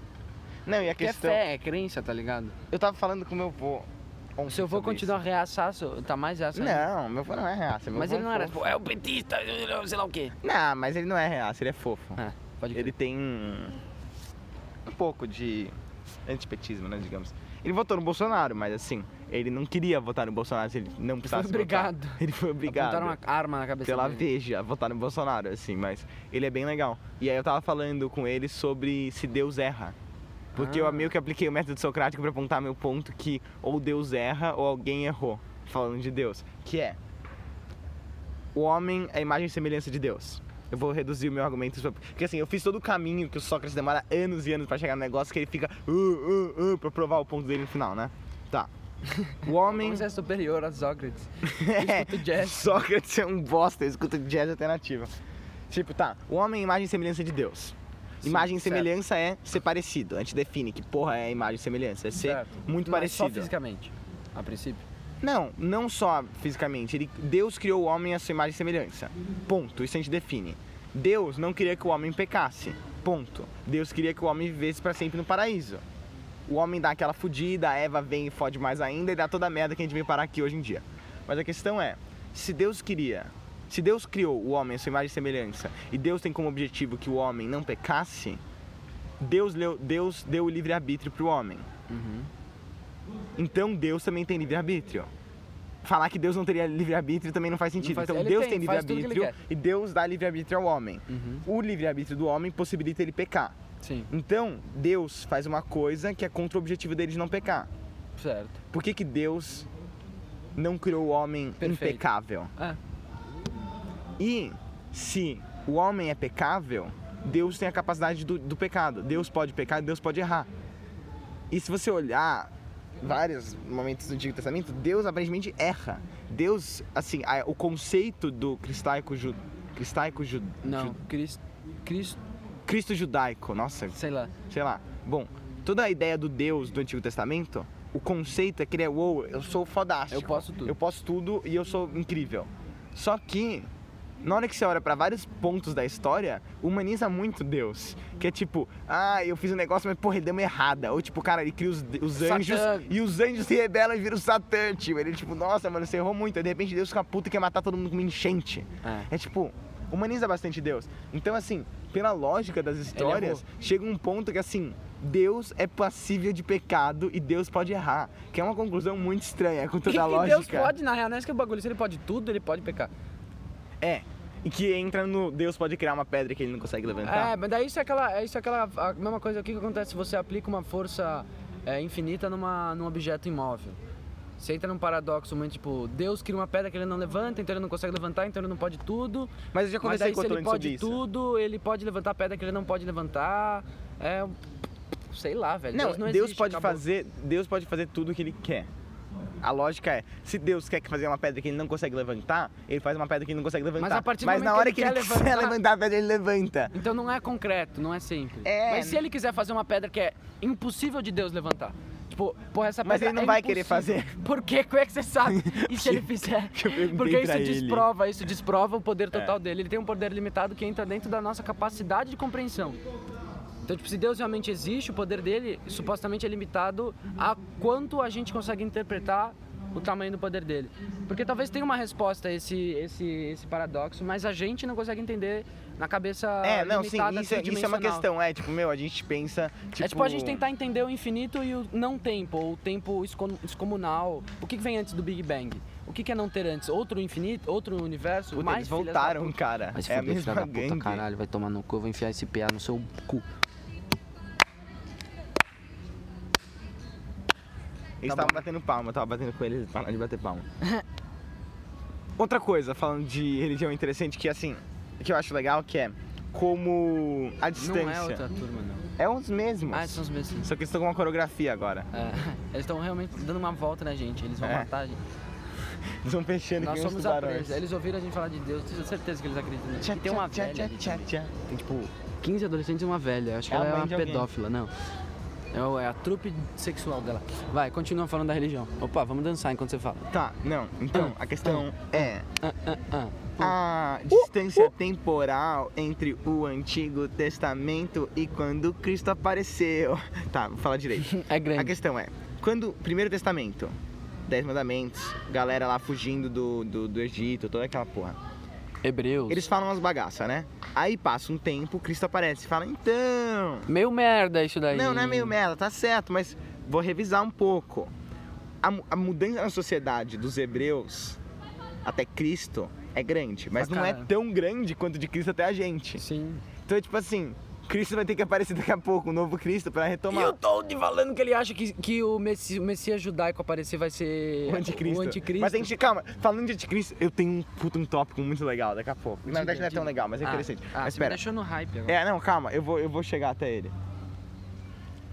B: Não, e a
A: Porque é
B: questão...
A: fé, é crença, tá ligado?
B: Eu tava falando com meu vô. ontem
A: Se eu vou
B: sobre
A: continuar reaçaço, tá mais reaço
B: isso.
A: ainda.
B: Não, meu vô não é reaça. meu
A: Mas
B: vô
A: ele
B: é
A: não era,
B: fofo.
A: tipo, é o petista, sei lá o quê.
B: Não, mas ele não é reaça, ele é fofo.
A: Ah, pode crer.
B: Ele tem um pouco de antipetismo, né, digamos. Ele votou no Bolsonaro, mas assim, ele não queria votar no Bolsonaro se ele não precisasse votar.
A: obrigado.
B: Ele foi obrigado.
A: tá Apontaram uma arma na cabeça
B: pela
A: dele.
B: Veja votar no Bolsonaro, assim, mas ele é bem legal. E aí eu tava falando com ele sobre se Deus erra. Porque
A: Ah.
B: eu meio que apliquei o método socrático pra apontar meu ponto que ou Deus erra ou alguém errou, falando de Deus. Que é: o homem é a imagem e semelhança de Deus. eu vou reduzir o meu argumento. sobre- Porque assim, eu fiz todo o caminho que o Sócrates demora anos e anos pra chegar no negócio que ele fica uh, uh, uh, pra provar o ponto dele no final, né? Tá. O homem.
A: Como você é superior a Sócrates? Escuta o jazz.
B: Sócrates é um bosta, É. eu escuto jazz alternativo. Tipo, tá, o homem é imagem e semelhança de Deus.
A: Sim,
B: Imagem e
A: certo.
B: semelhança é ser parecido. A gente define que porra é imagem e semelhança. É ser
A: Certo.
B: muito
A: Mas
B: parecido.
A: Só fisicamente, a princípio.
B: Não, não só fisicamente. Ele- Deus criou o homem à sua imagem e semelhança. Ponto. Isso a gente define. Deus não queria que o homem pecasse. Ponto. Deus queria que o homem vivesse pra sempre no paraíso. O homem dá aquela fudida, a Eva vem e fode mais ainda e dá toda a merda que a gente veio parar aqui hoje em dia. Mas a questão é, se Deus queria, se Deus criou o homem à sua imagem e semelhança e Deus tem como objetivo que o homem não pecasse, Deus leu- Deus deu o livre-arbítrio pro homem.
A: Uhum,
B: Então Deus também tem livre-arbítrio. Falar que Deus não teria livre-arbítrio também não faz sentido.
A: faz-
B: então
A: ele
B: Deus
A: tem,
B: tem,
A: faz tudo que ele
B: livre-arbítrio e Deus dá livre-arbítrio ao homem.
A: Uhum.
B: O livre-arbítrio do homem possibilita ele pecar.
A: Sim,
B: Então, Deus faz uma coisa que é contra o objetivo dele de não pecar.
A: certo.
B: Por que, que Deus não criou o homem
A: Perfeito.
B: impecável?
A: É.
B: E se o homem é pecável, Deus tem a capacidade do, do pecado. Deus pode pecar, Deus pode errar. E se você olhar vários momentos do Antigo Testamento, Deus aparentemente erra. Deus, assim, a- o conceito do cristaico ju, cristaico ju,
A: Não,
B: ju-
A: Cristo, Cristo,
B: Cristo judaico, nossa,
A: sei lá.
B: sei lá. Bom, toda a ideia do Deus do Antigo Testamento, o conceito é que ele é wow, eu sou fodástico.
A: Eu posso tudo.
B: Eu posso tudo e eu sou incrível. Só que na hora que você olha pra vários pontos da história, humaniza muito Deus. Que é tipo, ah, eu fiz um negócio, mas porra, ele deu uma errada. Ou tipo, cara, ele cria os, os
A: Satã.
B: anjos e os anjos se rebelam e viram Satã, tio. Ele tipo, nossa, mano, você errou muito. Aí, de repente Deus fica puto e quer matar todo mundo com uma enchente.
A: É.
B: É tipo, humaniza bastante Deus. Então, assim, pela lógica das histórias, chega um ponto que, assim, Deus é passível de pecado e Deus pode errar. Que é uma conclusão muito estranha com toda a
A: E
B: lógica.
A: Deus pode, na real, não é isso que é o bagulho. Se ele pode tudo, ele pode pecar.
B: É. E que entra no Deus pode criar uma pedra que ele não consegue levantar.
A: É, mas daí isso é aquela, é isso é aquela a mesma coisa. O que, que acontece se você aplica uma força é, infinita numa, num objeto imóvel? Você entra num paradoxo muito tipo, Deus cria uma pedra que ele não levanta, então ele não consegue levantar, então ele não pode tudo.
B: Mas eu já
A: Mas
B: conversei
A: aí
B: com o
A: se é ele
B: Tolani sobre
A: pode
B: isso.
A: tudo, ele pode levantar a pedra que ele não pode levantar. É. Sei lá, velho.
B: Não,
A: Deus
B: Deus,
A: não existe,
B: pode
A: acabou.
B: fazer, Deus pode fazer tudo o que ele quer. A lógica é, se Deus quer que fazer uma pedra que ele não consegue levantar, ele faz uma pedra que ele não consegue levantar.
A: a partir do
B: Mas na
A: momento
B: hora
A: que
B: que
A: ele
B: ele,
A: quer
B: quiser
A: levantar-
B: levantar... a pedra, ele levanta.
A: Então não é concreto, não é sempre.
B: É.
A: Mas se ele quiser fazer uma pedra que é impossível de Deus levantar. Tipo, porra, essa pedra
B: Mas ele não
A: é
B: vai querer
A: impossível.
B: fazer.
A: Por quê? Como é que você sabe? E se ele fizer?
B: que eu perguntei
A: Porque isso
B: pra ele. É.
A: desprova, isso desprova o poder total dele. Ele tem um poder limitado que entra dentro da nossa capacidade de compreensão. Então, tipo, se Deus realmente existe, o poder dele supostamente é limitado a quanto a gente consegue interpretar o tamanho do poder dele. Porque talvez tenha uma resposta a esse, esse, esse paradoxo, mas a gente não consegue entender na cabeça
B: É, não, sim,
A: tá limitada
B: isso, isso é uma
A: tridimensional.
B: questão, é, tipo, meu, a gente pensa, tipo...
A: É tipo a gente tentar entender o infinito e o não tempo, ou o tempo escom- descomunal. O que que vem antes do Big Bang? O que que é não ter antes? Outro infinito, outro universo?
B: Puta,
A: mais
B: eles
A: filhas da
B: voltaram,
A: puta.
B: cara.
A: Mas
B: é a
A: fudeu,
B: mesma
A: filha da puta,
B: gangue.
A: caralho, vai tomar no cu, eu vou enfiar esse PA no seu cu.
B: Eles
A: Tá
B: estavam batendo palma, eu tava batendo com eles, pararam de bater palma. Outra coisa, falando de religião interessante, que assim, que eu acho legal, que é como a
A: Não é
B: distância.
A: outra turma, não.
B: É, os mesmos.
A: Ah, são os mesmos.
B: Só que eles estão com uma coreografia agora.
A: É, eles estão realmente dando uma volta na gente, eles vão
B: É.
A: matar a gente.
B: Eles vão fechando
A: Nós
B: que nem uns
A: somos
B: tubarões.
A: apresos. Eles ouviram a gente falar de Deus, tenho certeza que eles acreditam nisso. E tem uma
B: Tchá,
A: velha.
B: tchá,
A: ali.
B: tchá, tchá. Tem tipo,
A: 15 adolescentes e uma velha. Acho que
B: É a
A: ela é
B: mãe
A: uma
B: de alguém.
A: pedófila, não. É o- É a trupe sexual dela. Vai, continua falando da religião. Opa, vamos dançar enquanto você fala.
B: tá, não. Então, a questão é
A: Ah, ah, ah.
B: a
A: uh.
B: distância temporal entre o Antigo Testamento e quando Cristo apareceu. Tá, vou falar direito.
A: É
B: A
A: grande.
B: questão é, quando Primeiro Testamento, Dez Mandamentos, galera lá fugindo do, do, do Egito, toda aquela porra.
A: Hebreus.
B: Eles falam umas bagaças, né? Aí passa um tempo, Cristo aparece e fala, então...
A: Meio merda isso daí.
B: Não, não é meio merda, tá certo, mas vou revisar um pouco. A, mu- a mudança na sociedade dos hebreus até Cristo é grande, mas
A: Pra
B: não é
A: caralho.
B: tão grande quanto de Cristo até a gente.
A: Sim.
B: Então, é tipo assim, Cristo vai ter que aparecer daqui a pouco, um novo Cristo, pra
A: E
B: retomar.
A: o Toad falando que ele acha que, que o, Messi, o Messias judaico aparecer vai ser
B: O anticristo.
A: o anticristo.
B: Mas é a gente, calma, falando de anticristo, eu tenho um puto um tópico muito legal daqui a pouco. Na
A: Diga,
B: verdade não é
A: diga.
B: tão legal, mas é
A: Ah,
B: interessante.
A: Ah,
B: mas
A: você me
B: espera.
A: deixou no hype agora.
B: É, não, calma, eu vou, eu vou chegar até ele.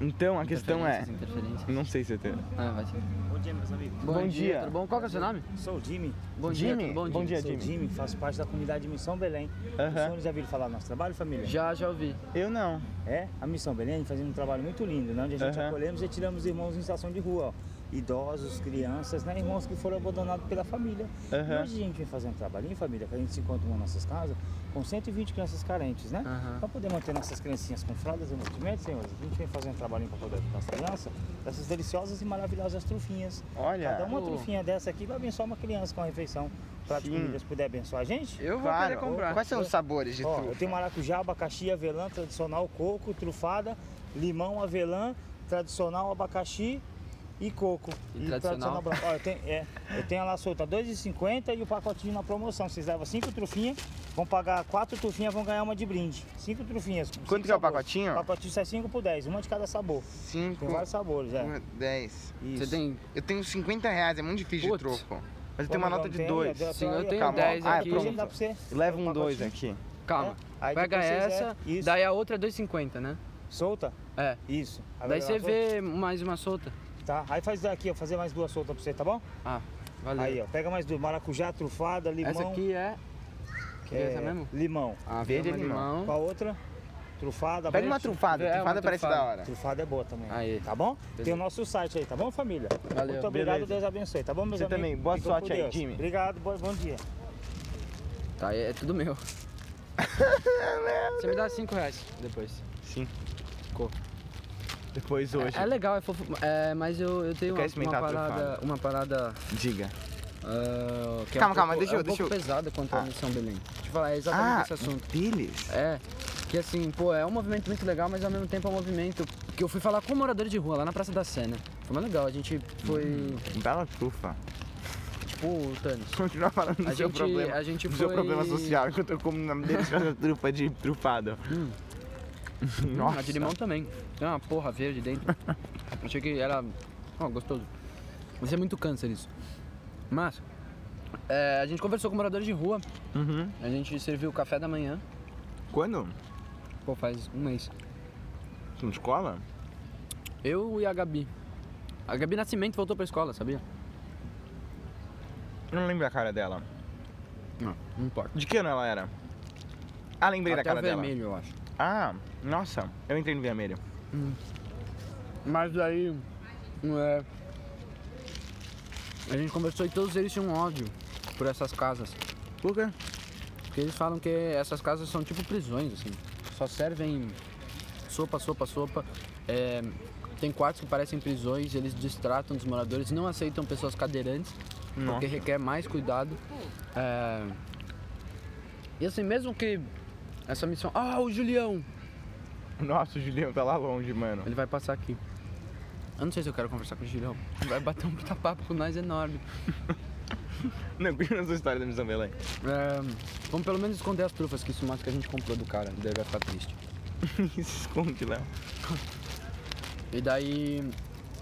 B: Então a questão é.
A: Interferências, interferências.
D: assim.
B: Não sei se eu tenho.
A: Ah, vai ser.
E: Bom dia, meus amigos.
A: Bom,
B: Bom
A: dia.
B: dia.
A: tudo bom? Qual que é o seu nome?
E: Sou o Jimmy.
A: Bom
B: Jimmy,
A: dia, tudo bom,
B: bom
A: Jimmy?
B: dia.
E: Sou o Jimmy, faço parte da comunidade Missão Belém. Os
B: Aham.
E: senhores já viram falar do nosso trabalho, família?
A: Já, já ouvi.
B: Eu não.
E: É, a Missão Belém fazendo um trabalho muito lindo, né? onde a gente
B: Aham.
E: acolhemos e tiramos irmãos em situação de rua. ó. Idosos, crianças, né? irmãos que foram abandonados pela família.
B: Aham.
E: E hoje a gente vem fazer um trabalhinho, família, que a gente se encontra em nossas casas com 120 crianças carentes, né?
A: Aham.
E: Para poder manter nossas criancinhas com fraldas e mantimentos, senhores, a gente vem fazer um trabalhinho para poder ajudar as crianças, dessas deliciosas e maravilhosas trufinhas.
B: Olha.
D: um
E: Cada uma
A: Pô.
E: trufinha dessa aqui vai abençoar uma criança com a refeição. Prato de
B: Sim.
E: comida, se puder abençoar a gente.
A: Eu vou
B: Claro.
A: querer comprar.
D: Quais são os sabores de
E: Ó,
D: trufa?
E: eu tenho maracujá, abacaxi, avelã tradicional, coco, trufada, limão, avelã, tradicional, abacaxi e coco.
A: E tradicional?
E: branco. Ó, eu tenho, é, eu tenho lá solta 2,50 e o pacotinho na promoção. Vocês levam cinco trufinhas, vão pagar quatro trufinhas, vão ganhar uma de brinde. Cinco trufinhas. com
D: Quanto
E: cinco
D: que é o
E: sabores.
D: pacotinho?
E: O pacotinho sai 5 por 10, uma de cada sabor.
D: 5,
E: Tem vários sabores, é.
D: 10.
A: Você
E: Isso.
A: tem.
D: Eu tenho 50 reais, é muito difícil
A: Putz. um
D: de troco. Mas eu
E: Pô,
D: tenho uma
E: mas
D: nota
E: não
D: de
E: tem aí,
D: 2.
E: ó,
A: Sim, eu
E: aí, ó.
A: tenho
E: Calma, ó.
A: 10
E: Ah, é
A: aqui.
E: presente, dá pra você.
B: Leva
E: Tem
B: um
E: pacotinho.
B: dois aqui.
A: Calma.
E: É, aí
A: Pega
E: depois vocês
A: essa,
E: é- isso.
A: daí a outra é 2,50, né?
E: Solta?
A: É.
E: Isso. Aí vai
A: Daí você
E: levar a
A: vê mais uma solta.
E: solta. Tá, aí faz daqui, ó, fazer mais duas soltas pra você, tá bom?
A: Ah, valeu.
E: Aí, ó, pega mais duas, maracujá, trufada, limão.
A: Essa aqui é. Que é essa
E: é,
A: mesmo?
E: Limão.
A: Ah,
D: verde
A: verde
D: é limão.
A: limão.
E: Com a outra, trufada.
D: Pega uma
E: abacaxi.
D: trufada,
A: É, uma
D: trufada parece
A: trufada.
D: da hora.
E: Trufada é boa também.
A: Aí.
E: Tá bom?
A: Beleza.
E: Tem o nosso site aí, tá bom, família?
A: Valeu,
E: Muito obrigado,
B: beleza.
E: Deus abençoe, tá bom, meus
B: Você
E: amigos?
B: também, boa
E: Fiquem
B: sorte
E: com
B: aí,
E: Deus.
B: Jimmy.
E: Obrigado, bom, bom dia.
A: Tá, é tudo meu. Você me dá 5 reais depois.
B: Depois hoje.
A: É, é legal, é fofo. É, mas eu, eu tenho uma,
B: quer
A: uma
B: experimentar a
A: parada.
B: trufada?
A: Uma parada.
B: Diga.
A: ah, que é
D: Calma,
A: um
D: calma,
A: pouco-
D: deixa
A: é
D: eu-
A: um pouco
D: deixa eu-
A: pesada quanto à
D: Ah.
A: missão Belém. Deixa eu falar, é exatamente
B: Ah,
A: esse
B: um
A: assunto.
B: deles?
A: É. Que assim, pô, é um movimento muito legal, mas ao mesmo tempo é um movimento que eu fui falar com moradores de rua lá na Praça da Sé, né? Foi mais legal, a gente foi
D: Hum.
B: Um Bela trufa.
A: tipo o Thanos.
B: Continua falando do
A: A
B: seu
A: gente,
B: problema.
A: a gente
B: Do
A: foi...
B: seu problema social, enquanto eu como na deliciosa trufa de trufado.
A: Hum,
B: Nossa.
A: A de limão também. Tem uma porra verde dentro. Achei que era. Ó, gostoso. Mas é muito câncer isso. Mas. é, a gente conversou com moradores de rua.
B: Uhum.
A: A gente serviu o café da manhã.
B: Quando?
A: Pô, faz um mês.
B: Na escola?
A: Eu e a Gabi. A Gabi Nascimento voltou pra escola, sabia?
B: Eu não lembro a cara dela.
A: Não, não importa.
B: De que ano ela era? Ah, lembrei
A: Até
B: da cara
A: o
B: dela.
A: vermelho, eu acho.
B: Ah, nossa, eu entrei no vermelho.
A: Mas daí. É, a gente conversou e todos eles tinham ódio por essas casas.
B: Por quê?
A: Porque eles falam que essas casas são tipo prisões, assim. Só servem sopa, sopa, sopa. É, tem quartos que parecem prisões, eles distratam dos moradores, não aceitam pessoas cadeirantes, porque requer mais cuidado. É, e assim, mesmo que essa missão. Ah, o Julião!
B: Nossa, o Julião tá lá longe, mano.
A: Ele vai passar aqui. Eu não sei se eu quero conversar com o Julião. Ele Vai bater um puta papo com nós enorme.
B: Não, continua a sua história da Missão Belém.
A: É, vamos pelo menos esconder as trufas, que isso mais que a gente comprou do cara, daí vai ficar triste.
B: Se esconde, Léo.
A: E daí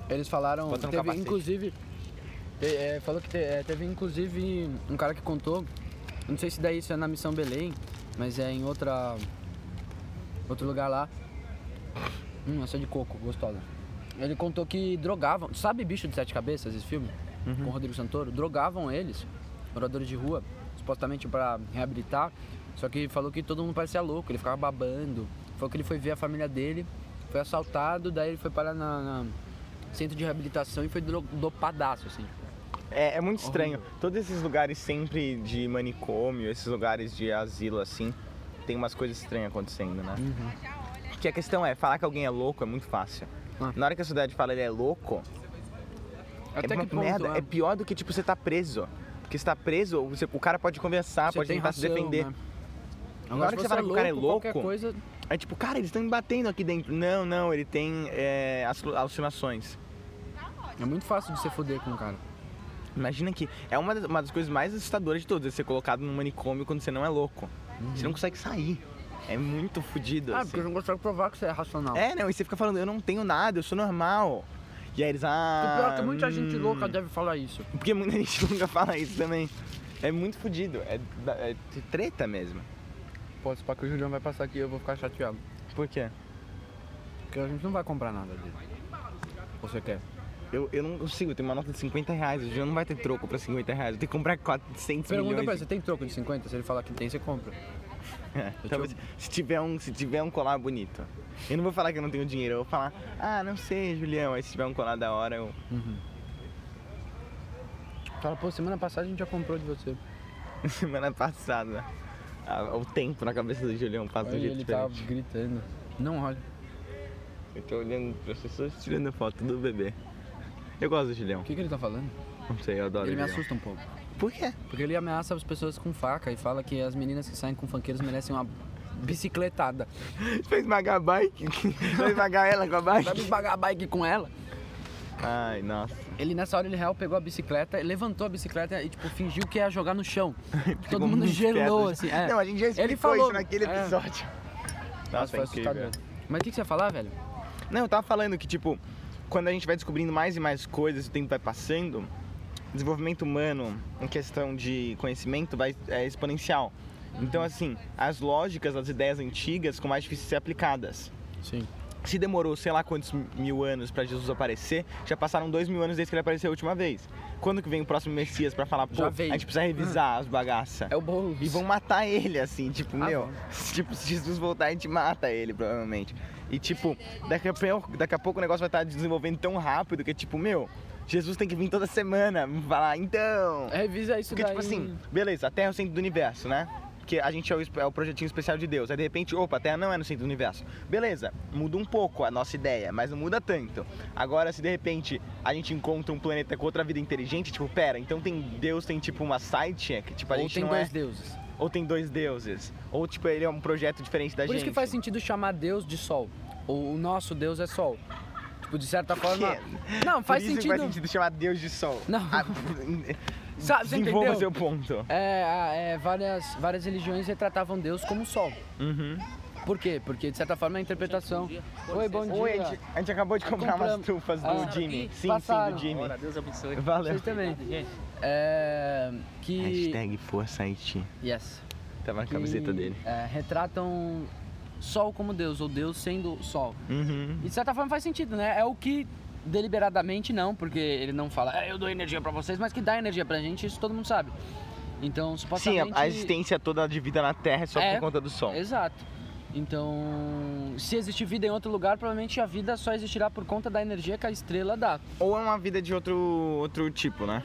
A: eles falaram,
B: Bota no
A: teve,
B: capacete.
A: inclusive, te- é, falou que te- é, teve inclusive um cara que contou, não sei se daí isso é na Missão Belém, mas é em outra outro lugar lá. Hum, essa é de coco, gostosa. Ele contou que drogavam, sabe Bicho de Sete Cabeças, esse filme?
B: Uhum.
A: Com o Rodrigo Santoro? Drogavam eles, moradores de rua, supostamente pra reabilitar. Só que falou que todo mundo parecia louco, ele ficava babando. Falou que ele foi ver a família dele, foi assaltado, daí ele foi parar na, na centro de reabilitação e foi dro- dopadaço, assim.
B: É, é muito estranho. Todos esses lugares sempre de manicômio, esses lugares de asilo, assim, tem umas coisas estranhas acontecendo, né? Porque a questão é, falar que alguém é louco é muito fácil.
A: Uhum. Ah.
B: Na hora que a sociedade fala ele é louco, é uma merda.
A: né?
B: É pior do que, tipo, você tá preso. Porque você tá preso, você- o cara pode conversar, pode tentar se defender.
A: Né?
B: Na hora que você fala que o cara é
A: qualquer
B: louco,
A: coisa,
B: É tipo, cara, eles estão me batendo aqui dentro. Não, não, ele tem é, alu- alucinações.
A: é muito fácil de você foder com o cara.
B: Imagina que é uma Uhum. das, uma das coisas mais assustadoras de todas, é ser colocado num manicômio quando você não é louco. Você não consegue sair. É muito fodido,
A: Ah,
B: assim.
A: porque eu não gostaram de provar que você é racional.
B: É, não, e você fica falando, eu não tenho nada, eu sou normal. E aí eles,
A: O
B: ah...
A: pior é que muita gente
B: hum.
A: louca deve falar isso.
B: Porque muita gente nunca fala isso também. É muito fodido, é, da- é treta mesmo.
A: Posso para que o Julião vai passar aqui e eu vou ficar chateado.
B: Por quê?
A: Porque a gente não vai comprar nada dele. Você quer?
B: Eu, eu não consigo, eu tenho uma nota de 50 reais, hoje eu não vai ter troco pra 50 reais, eu tenho que comprar 400
A: Pergunta pra ele,
B: milhões.
A: você tem troco de 50? Se ele falar que tem, você compra.
B: É, talvez, se, tiver um, se tiver um colar bonito. Eu não vou falar que eu não tenho dinheiro, eu vou falar, ah, não sei, Julião, aí se tiver um colar da hora, eu...
A: Fala, pô, semana passada a gente já comprou de você.
B: Semana passada, a- o tempo na cabeça do Julião passa de um
A: Aí
B: jeito
A: ele tá
B: diferente.
A: gritando. Não olha.
B: Eu tô olhando para as pessoas tirando foto do bebê. Eu gosto do Julião.
A: O que, que ele tá falando?
B: Não sei, eu adoro
A: Ele me
B: Julião.
A: assusta um pouco.
B: Por quê?
A: Porque ele ameaça as pessoas com faca e fala que as meninas que saem com funkeiros merecem uma bicicletada.
B: Fez esmagar a bike? Vai esmagar ela com a
A: Vai
B: bike?
A: esmagar a bike com ela.
B: Ai, nossa.
A: Ele nessa hora ele real pegou a bicicleta, levantou a bicicleta e tipo fingiu que ia jogar no chão. Todo
B: Ficou
A: mundo
B: muito
A: gelou
B: quieto.
A: assim. É.
B: Não, a gente já explicou
A: falou,
B: isso naquele
A: é.
B: episódio.
A: Nossa, foi assustador. Mas o que, que você ia falar, velho?
B: Não, eu tava falando que, tipo, quando a gente vai descobrindo mais e mais coisas, o tempo vai passando, o desenvolvimento humano, em questão de conhecimento, vai, é exponencial. Então, assim, as lógicas, as ideias antigas ficam mais difíceis de ser aplicadas.
A: Sim.
B: Se demorou sei lá quantos mil anos pra Jesus aparecer, já passaram dois mil anos desde que ele apareceu a última vez. Quando que vem o próximo Messias pra falar, pô,
A: Já
B: a
A: veio.
B: gente precisa revisar as bagaças?
A: É o bolo.
B: E vão matar ele, assim, tipo,
A: Ah,
B: meu.
A: bom.
B: Tipo, se Jesus voltar, a gente mata ele, provavelmente. E, tipo, daqui a, pouco, daqui a pouco o negócio vai estar desenvolvendo tão rápido que, tipo, meu, Jesus tem que vir toda semana falar, então.
A: Revisa É isso
B: Porque,
A: daí.
B: tipo assim, beleza, a Terra é o centro do universo, né? Porque a gente é o, es- é o projetinho especial de Deus. Aí, de repente, opa, a Terra não é no centro do universo. Beleza, muda um pouco a nossa ideia, mas não muda tanto. Agora, se de repente a gente encontra um planeta com outra vida inteligente, tipo, pera, então tem Deus tem, tipo, uma sidecheck? Tipo, a
A: Ou
B: gente
A: tem
B: não é
A: dois deuses.
B: ou tem dois deuses, ou tipo ele é um projeto diferente da
A: Por
B: gente.
A: isso que faz sentido chamar Deus de Sol. O o nosso Deus é Sol. Tipo, de certa forma. Não,
B: Por
A: faz
B: isso que
A: sentido.
B: faz sentido chamar Deus de sol.
A: Não.
B: Ah,
A: Sabe, você
B: Desenvolva
A: entendeu?
B: seu ponto.
A: É, a- é, várias, várias religiões retratavam Deus como o Sol.
B: Uhum.
A: Por quê? Porque, de certa forma, é a interpretação. Oi, bom dia.
B: Oi, a gente, a gente acabou de comprar umas
A: Compramos.
B: trufas do
A: Ah,
B: Jimmy. Sim,
A: passaram.
B: sim, do Jimmy.
F: Deus abençoe.
B: Valeu.
A: Vocês também. É, que.
B: Força Haiti.
A: Yes.
B: Tava na
A: Que,
B: camiseta dele.
A: é, retratam Sol como Deus, ou Deus sendo o Sol.
B: Uhum.
A: E de certa forma faz sentido, né? É o que deliberadamente não, porque ele não fala, "É, eu dou energia pra vocês, mas que dá energia pra gente, isso todo mundo sabe. Então,
B: Sim,
A: supostamente.
B: a, a existência toda de vida na Terra é só
A: É.
B: por conta do sol.
A: Exato. Então, se existe vida em outro lugar, provavelmente a vida só existirá por conta da energia que a estrela dá,
B: Ou é uma vida de outro, outro tipo, né?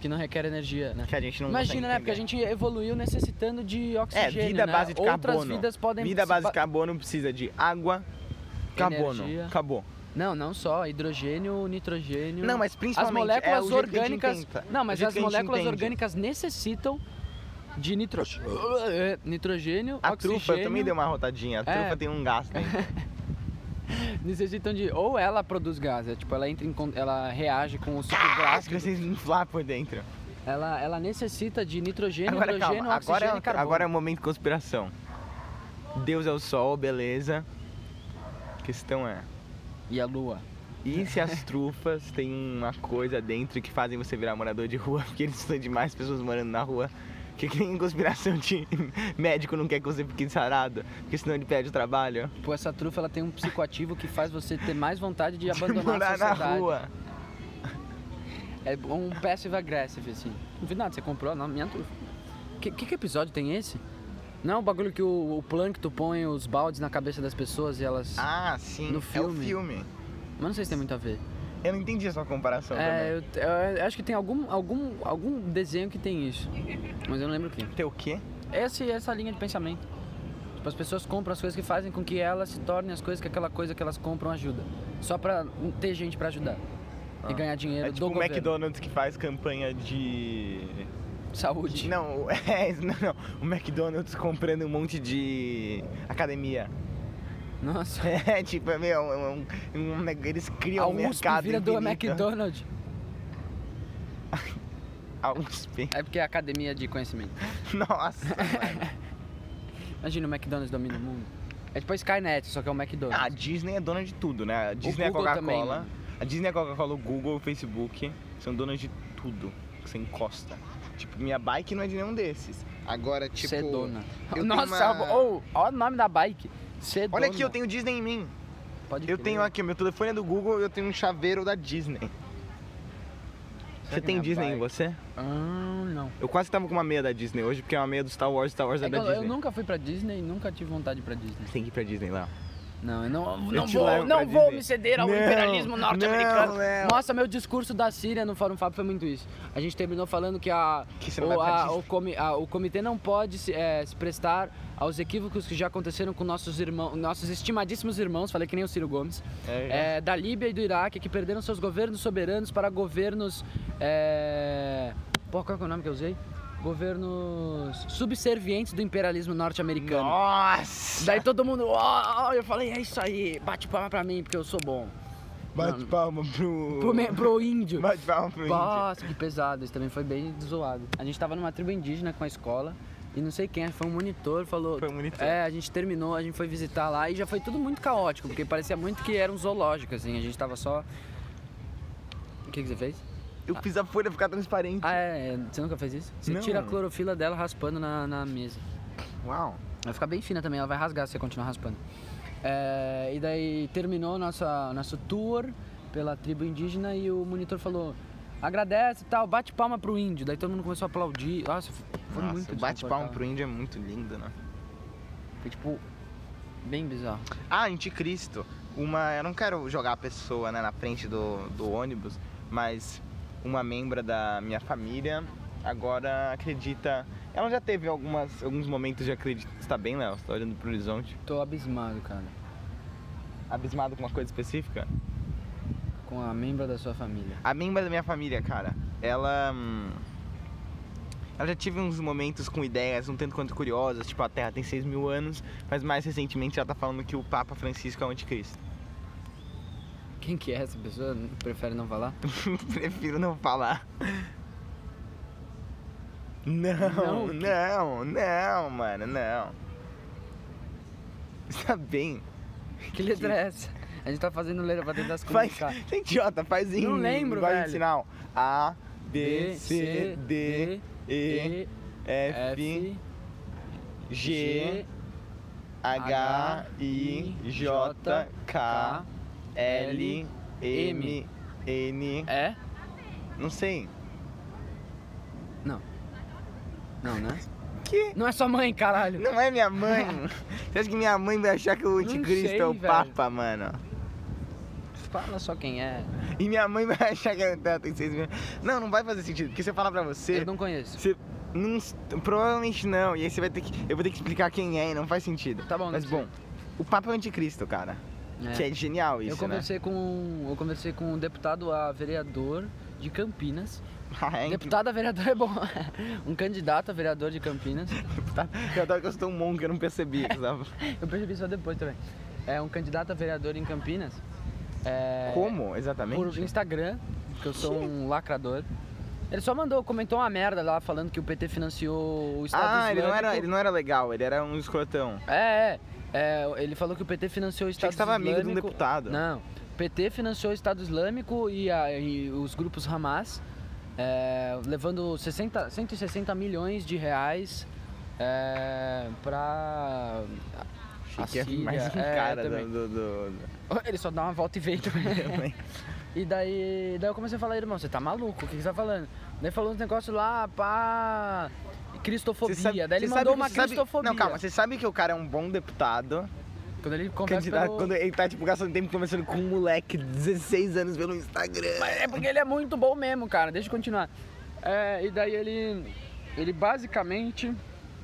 A: que não requer energia, né?
B: Que a gente não consegue
A: Imagina, né?
B: entender.
A: Porque a gente evoluiu necessitando de
B: É,
A: oxigênio,
B: vida à
A: né?
B: base de
A: Outras
B: carbono.
A: vidas podem
B: Vida à
A: se
B: base
A: ba-
B: de carbono precisa de água, carbono.
A: Energia.
B: Acabou.
A: Não, não só hidrogênio, nitrogênio.
B: Não, mas
A: as
B: principalmente é o
A: moléculas
B: jeito que a gente
A: orgânicas.
B: tenta.
A: Não,
B: O
A: mas
B: jeito
A: as
B: que a gente
A: moléculas
B: entende.
A: orgânicas necessitam de nitro... eh, nitrogênio,
B: A
A: oxigênio.
B: trufa também deu uma rotadinha. A
A: É.
B: trufa tem um gás dentro.
A: Necessitam de ou ela produz gás, é, tipo ela entra em con- ela reage com o suco
B: Acho que
A: gráfico.
B: vocês inflar por dentro.
A: Ela ela necessita de nitrogênio,
B: Agora
A: hidrogênio,
B: calma.
A: oxigênio
B: Agora,
A: e
B: é-
A: carbono.
B: agora é o momento de conspiração. Deus é o sol, beleza. A questão é.
A: E a lua.
B: E se as trufas têm uma coisa dentro que fazem você virar morador de rua? Porque eles são demais pessoas morando na rua. Que que nem conspiração de médico não quer que você fique sarado, porque senão ele perde o trabalho.
A: Pô, essa trufa ela tem um psicoativo que faz você ter mais vontade de abandonar a
B: morar na
A: sociedade.
B: rua.
A: É um passive aggressive, assim. Não vi nada, você comprou, não, minha trufa. Que, que, que episódio tem esse? Não é o bagulho que o, o Plankton põe os baldes na cabeça das pessoas e elas.
B: Ah, sim.
A: No
B: É o
A: filme.
B: filme.
A: Mas não sei se tem muito a ver.
B: Eu não entendi a sua comparação
A: É,
B: também.
A: eu, eu acho que tem algum, algum, algum desenho que tem isso. Mas eu não lembro o que.
B: Tem o quê?
A: Essa, essa linha de pensamento. Tipo, as pessoas compram as coisas que fazem com que elas se tornem as coisas que aquela coisa que elas compram ajuda. Só pra ter gente pra ajudar. E ganhar dinheiro
B: É tipo
A: do
B: o
A: governo.
B: McDonald's que faz campanha de.
A: Saúde.
B: Não, é, não, não. O McDonald's comprando um monte de academia.
A: Nossa.
B: É tipo, é meu, é um, um neg- eles criam
A: a
B: um
A: USP
B: mercado.
A: vira do
B: infinito.
A: McDonald's.
B: A USP.
A: É porque é a academia de conhecimento.
B: Nossa. mano.
A: Imagina o McDonald's domina o mundo. É tipo a Skynet, só que é o
C: Ah, a
A: McDonald's.
C: Disney é dona de tudo, né? A Disney é a
A: Google também, né?
C: Coca-Cola.
A: mano.
C: A Disney é a Coca-Cola, o Google, o Facebook são donas de tudo que você encosta.
B: Tipo, minha bike não é de nenhum desses. Agora, tipo.
A: Sedona.
B: eu
A: Nossa,
B: tenho uma-
A: ou, olha o nome da bike. Sedona.
B: Olha aqui, eu tenho Disney em mim.
A: Pode
B: Eu
A: crer.
B: tenho aqui, meu telefone é do Google eu tenho um chaveiro da Disney.
A: Será
C: Você
A: que
C: tem
A: minha
C: Disney em
A: bike-
C: você?
A: Ah, não.
C: Eu quase tava com uma meia da Disney hoje, porque é uma meia do Star Wars, Star Wars é,
A: É que
C: da
A: eu, eu
C: Disney.
A: nunca fui pra Disney, nunca tive vontade de ir pra Disney.
C: Tem que ir pra Disney lá.
A: Não, eu não,
C: Eu
A: não
C: te
A: vou,
C: levo pra
A: não vou
C: Disney.
A: me ceder ao
C: Não,
A: imperialismo norte-americano.
C: não, Léo.
A: Nossa, meu discurso da Síria no Fórum Fábio foi muito isso. A gente terminou falando que, a,
C: Que você não
A: o,
C: vai pra
A: a-
C: Disney.
A: o, comi- a- o comitê não pode se, eh, se prestar aos equívocos que já aconteceram com nossos irmãos, nossos estimadíssimos irmãos, falei que nem o Ciro Gomes,
C: É,
A: eh, da Líbia e do Iraque, que perderam seus governos soberanos para governos. É, pô, qual que é o nome que eu usei? Governos subservientes do imperialismo norte-americano.
C: Nossa!
A: Daí todo mundo, ó, ó, eu falei, é isso aí, bate palma pra mim, porque eu sou bom.
C: Bate palma pro.
A: Pro, me- pro índio.
C: Bate palma pro índio.
A: Nossa, que pesado, isso também foi bem zoado. A gente tava numa tribo indígena com a escola, e não sei quem, foi um monitor, falou...
C: Foi um monitor.
A: É, a gente terminou, a gente foi visitar lá, e já foi tudo muito caótico, porque parecia muito que era um zoológico, assim, a gente tava só... O que, que você fez?
C: Eu fiz a folha ficar transparente.
A: Ah, é, é, você nunca fez isso? Você
C: Não.
A: tira a clorofila dela raspando na, na mesa. é.
C: Uau.
A: Vai ficar bem fina também, ela vai rasgar se você continuar raspando. É, e daí terminou nossa, nosso tour pela tribo indígena e o monitor falou: agradece e tal, bate palma pro índio. Daí todo mundo começou a aplaudir. Nossa, foi
B: Nossa,
A: muito tá?
B: o bate palma pro
A: desconfortável.
B: índio é muito lindo, né?
A: Foi tipo, bem bizarro.
B: Ah, anticristo. Uma. Eu não quero jogar a pessoa né, na frente do, do ônibus, mas uma membra da minha família agora acredita. Ela já teve algumas, alguns momentos de acreditar. Você tá bem, Léo? Você tá olhando pro horizonte?
A: Tô abismado, cara,
B: Abismado com uma coisa específica?
A: com a membra da sua família.
B: A membra da minha família, cara, ela. hum, Ela já tive uns momentos com ideias um tanto quanto curiosas, tipo a Terra tem 6 mil anos, mas mais recentemente ela tá falando que o Papa Francisco é o anticristo.
A: Quem que é essa pessoa? Prefere não falar?
B: Prefiro não falar. Não,
A: Não.
B: não, não, mano, não. Está bem.
A: Que letra é essa? A gente tá fazendo letra pra tentar se
B: Faz.
A: comunicar.
B: Você é idiota, faz em.
A: Não lembro,
B: linguagem de
A: velho.
B: sinal. A, B, C, D, E, F,
A: F,
B: G, H, I, J, K, L, M, N.
A: É?
B: Não sei.
A: Não, né?
B: Que?
A: Não é sua mãe, caralho.
B: Não é minha mãe. Você acha que minha mãe vai achar que o anticristo
A: sei,
B: é o
A: velho.
B: Papa, mano?
A: Fala só quem é.
B: E minha mãe vai achar que ela tem seis mil. Não, não vai fazer sentido. Porque se eu falar pra você.
A: Eu não conheço.
B: Você. Não, provavelmente não. E aí você vai ter que. Eu vou ter que explicar quem é e não faz sentido.
A: Tá bom,
B: Mas
A: não sei.
B: bom, o Papa é o anticristo, cara.
A: É.
B: Que é genial
A: eu
B: isso, né?
A: conversei com eu conversei com um deputado a vereador de Campinas.
B: Ah, é
A: deputado a vereador é bom. um candidato a vereador de Campinas.
B: Tá. Eu adoro que eu sou um monk, eu não percebi. que eu tava-
A: Eu percebi só depois também. É um candidato a vereador em Campinas. É,
B: Como, exatamente?
A: Por Instagram, que eu sou um lacrador. Ele só mandou, comentou uma merda lá falando que o PT financiou o Estado
B: Ah, ele não, era,
A: Islâmico.
B: ele não era legal, ele era um escrotão.
A: É, é, é, ele falou que o PT financiou o
B: Achei
A: Estado
B: que estava amigo de um
A: Islâmico.
B: deputado.
A: Não, o PT financiou o Estado Islâmico e, a- e os grupos Hamas, é, levando 60, 160 milhões de reais é, pra. a- a
B: Achei que é
A: Síria.
B: mais um
A: É,
B: cara É,
A: também.
B: do, do- do- do-
A: Ele só dá uma volta e veio também. e daí, daí eu comecei a falar, irmão, você tá maluco, o que que você tá falando? Daí falou uns negócios lá, pá. Cristofobia.
B: Você sabe-
A: daí ele
B: você
A: mandou
B: sabe-
A: uma
B: você sabe-
A: cristofobia.
B: Não, calma, você sabe que o cara é um bom deputado.
A: Quando ele conversa
B: Candidato,
A: pelo...
B: Quando ele tá, tipo, gastando tempo conversando com um moleque de 16 anos pelo Instagram.
A: É porque ele é muito bom mesmo, cara. Deixa eu continuar. É, e daí ele. Ele basicamente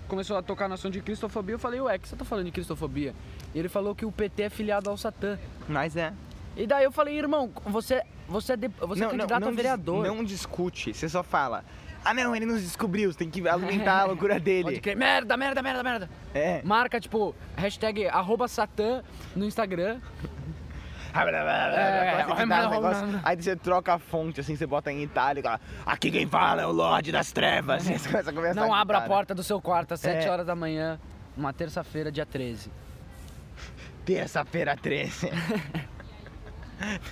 A: começou a tocar na ação de cristofobia. Eu falei, ué, o que você tá falando de cristofobia? E ele falou que o PT é filiado ao Satã.
B: Mas é.
A: E daí eu falei, irmão, você, você é, de- você é candidato a
B: dis-
A: vereador.
B: Não discute, você só fala. Ah, não, ele nos descobriu, você tem que alimentar a loucura
A: É. Pode
B: dele.
A: crer. Merda, merda, merda, merda.
B: É.
A: Marca, tipo, hashtag arroba Satã no Instagram.
B: É,
A: é,
B: você
A: é,
B: dá um
A: é,
B: negócio,
A: é, é.
B: aí você troca a fonte, assim, você bota em itálico, ó, aqui quem fala é o Lorde das Trevas. Você começa a conversar
A: Não
B: com o
A: abra a
B: cara.
A: porta do seu quarto às 7
B: É.
A: horas da manhã. uma terça-feira, dia 13.
B: Terça-feira 13.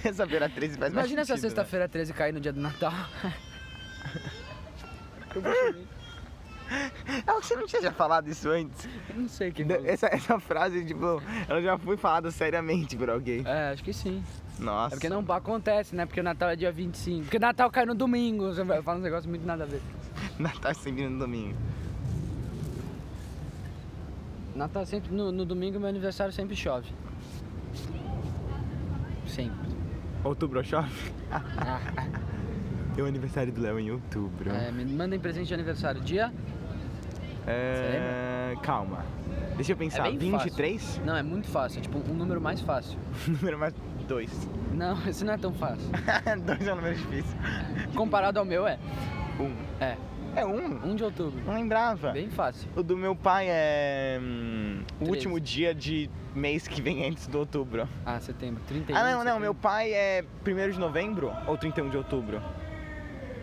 B: Terça-feira 13 faz mais
A: Imagina se a
B: sentido, né?
A: sexta-feira 13 cair no dia do Natal.
B: É o que você não tinha já falado isso antes.
A: Eu não sei quem falou.
B: Essa, essa frase, tipo, ela já foi falada seriamente por alguém.
A: É, acho que sim. É
B: Nossa.
A: porque não acontece, né? Porque o Natal é dia 25. Porque o Natal cai no domingo. Você vai falar um negócio muito nada a ver.
B: Natal sempre tá no domingo.
A: Natal sempre. No, no domingo, meu aniversário sempre chove. Sempre.
B: é
C: Outubro chove? Tem o aniversário do Léo em outubro.
A: Ah. É, me mandem presente de aniversário. Dia?
C: É, Calma. Deixa eu pensar.
A: É bem
C: 23?
A: Não, é muito fácil. É tipo um número mais fácil.
B: é
C: Número mais. Dois.
A: Não, esse não é tão fácil.
B: Dois é um número difícil.
A: Comparado ao meu, é.
B: Um.
A: É,
B: É um?
A: 1 de outubro.
B: Não lembrava.
A: Bem fácil.
B: O do meu pai é. hum, o
A: Treze.
B: último dia de mês que vem antes do outubro.
A: Ah, setembro. 31
B: ah, não, não. Meu
A: setembro.
B: pai é 1 de novembro ou 31 de outubro?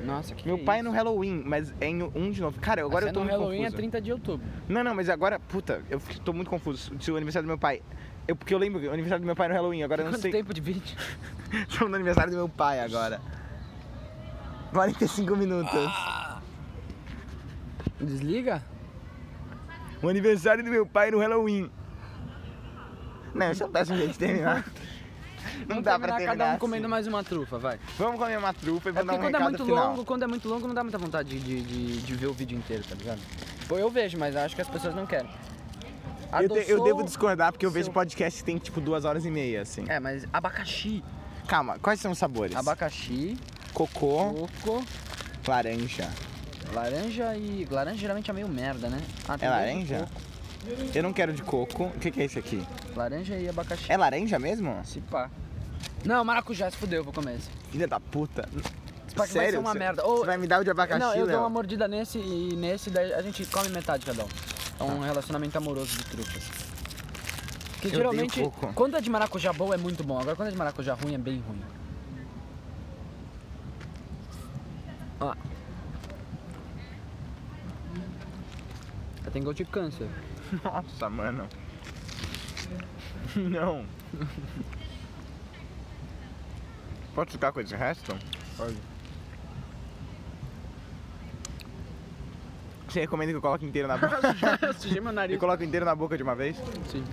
A: Nossa, que
B: meu
A: que é
B: pai é
A: isso?
B: no Halloween, mas é em 1 de novembro. Cara,
A: Ah,
B: agora eu
A: se
B: tô
A: é no
B: muito
A: Halloween
B: confuso.
A: é 30 de outubro.
B: Não, não, mas agora, puta, eu fico- tô muito confuso. Se o aniversário do meu pai. Eu, porque eu lembro que o aniversário do meu pai é no Halloween, agora eu não
A: Quanto
B: sei.
A: tempo de vídeo?
B: Tô no aniversário do meu pai agora. 45 minutos.
A: Ah! Desliga?
B: O aniversário do meu pai é no Halloween. Não, isso é um péssimo jeito de terminar. Não
A: Vamos
B: dá pra terminar.
A: Cada um
B: assim.
A: comendo mais uma trufa, vai.
B: Vamos comer uma trufa e
A: É porque
B: vou dar um
A: quando é
B: recado
A: muito
B: final.
A: longo, quando é muito longo, não dá muita vontade de, de, de ver o vídeo inteiro, tá ligado? Pô, eu vejo, mas acho que as pessoas não querem.
C: Eu, te- eu
A: Adoçou-
C: devo discordar porque eu vejo
A: seu-
C: podcast que tem tipo duas horas e meia, assim.
A: É, mas abacaxi.
C: Calma, quais são os sabores?
A: Abacaxi,
C: Cocô,
A: coco,
C: laranja.
A: laranja e. Laranja geralmente é meio merda, né? Ah, tem
C: É
A: dois de
C: laranja?
A: coco.
C: Eu não quero de coco. O que, que é isso aqui?
A: Laranja e abacaxi.
C: É laranja mesmo?
A: Se pá. Não, maracujá se fudeu, vou comer esse.
C: Filha da puta.
A: Esse parque vai ser
C: Sério?
A: uma
C: Cê-
A: merda. Ou-
C: Você vai me dar o de abacaxi,
A: não, eu dou
C: Léo?
A: uma mordida nesse e nesse, daí a gente come metade cada um. É um relacionamento amoroso de trufas. Que
C: Eu
A: geralmente,
C: odeio coco.
A: quando é de maracujá boa é muito bom, agora quando é de maracujá ruim é bem ruim. Ó. Ela Tem gol de câncer.
C: Nossa, mano.
B: Não.
C: Pode ficar com esse resto?
B: Você recomenda que eu coloque inteiro na boca?
A: Sujei meu
B: eu
A: nariz.
B: coloco inteiro na boca de uma vez?
A: Sim.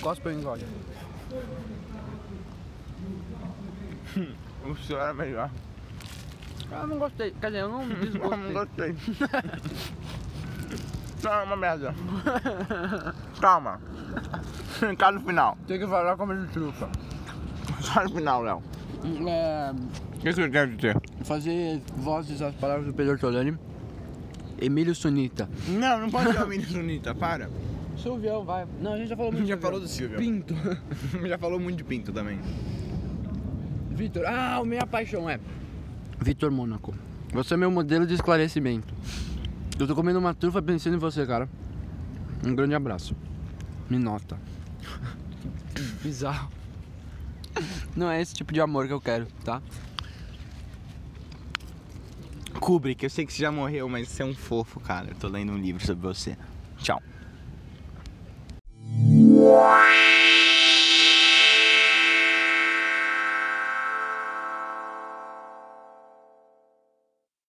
A: Cospe ou engole.
B: O senhor é melhor.
A: Eu não gostei. Quer dizer, eu não desgostei.
B: não gostei. Não, é uma merda. Calma. Recado final.
A: Tem que falar como é de trufa.
B: Recado final, Léo.
A: É...
B: O que você quer dizer?
A: fazer vozes às palavras do Pedro Tolani. Emílio Sunita.
B: Não, não pode ser o menino Nita, para.
A: Silvião, vai. Não, a gente já falou muito
B: Já
A: de Silvião.
B: falou do Silvio.
A: Pinto.
B: Já falou muito de pinto também.
A: Vitor. Ah, a minha paixão é. Vitor Mônaco. Você é meu modelo de esclarecimento. Eu tô comendo uma trufa pensando em você, cara. Um grande abraço. Me nota. Bizarro. Não é esse tipo de amor que eu quero, tá?
C: Kubrick, eu sei que você já morreu, mas você é um fofo, cara. Eu tô lendo um livro sobre você. Tchau.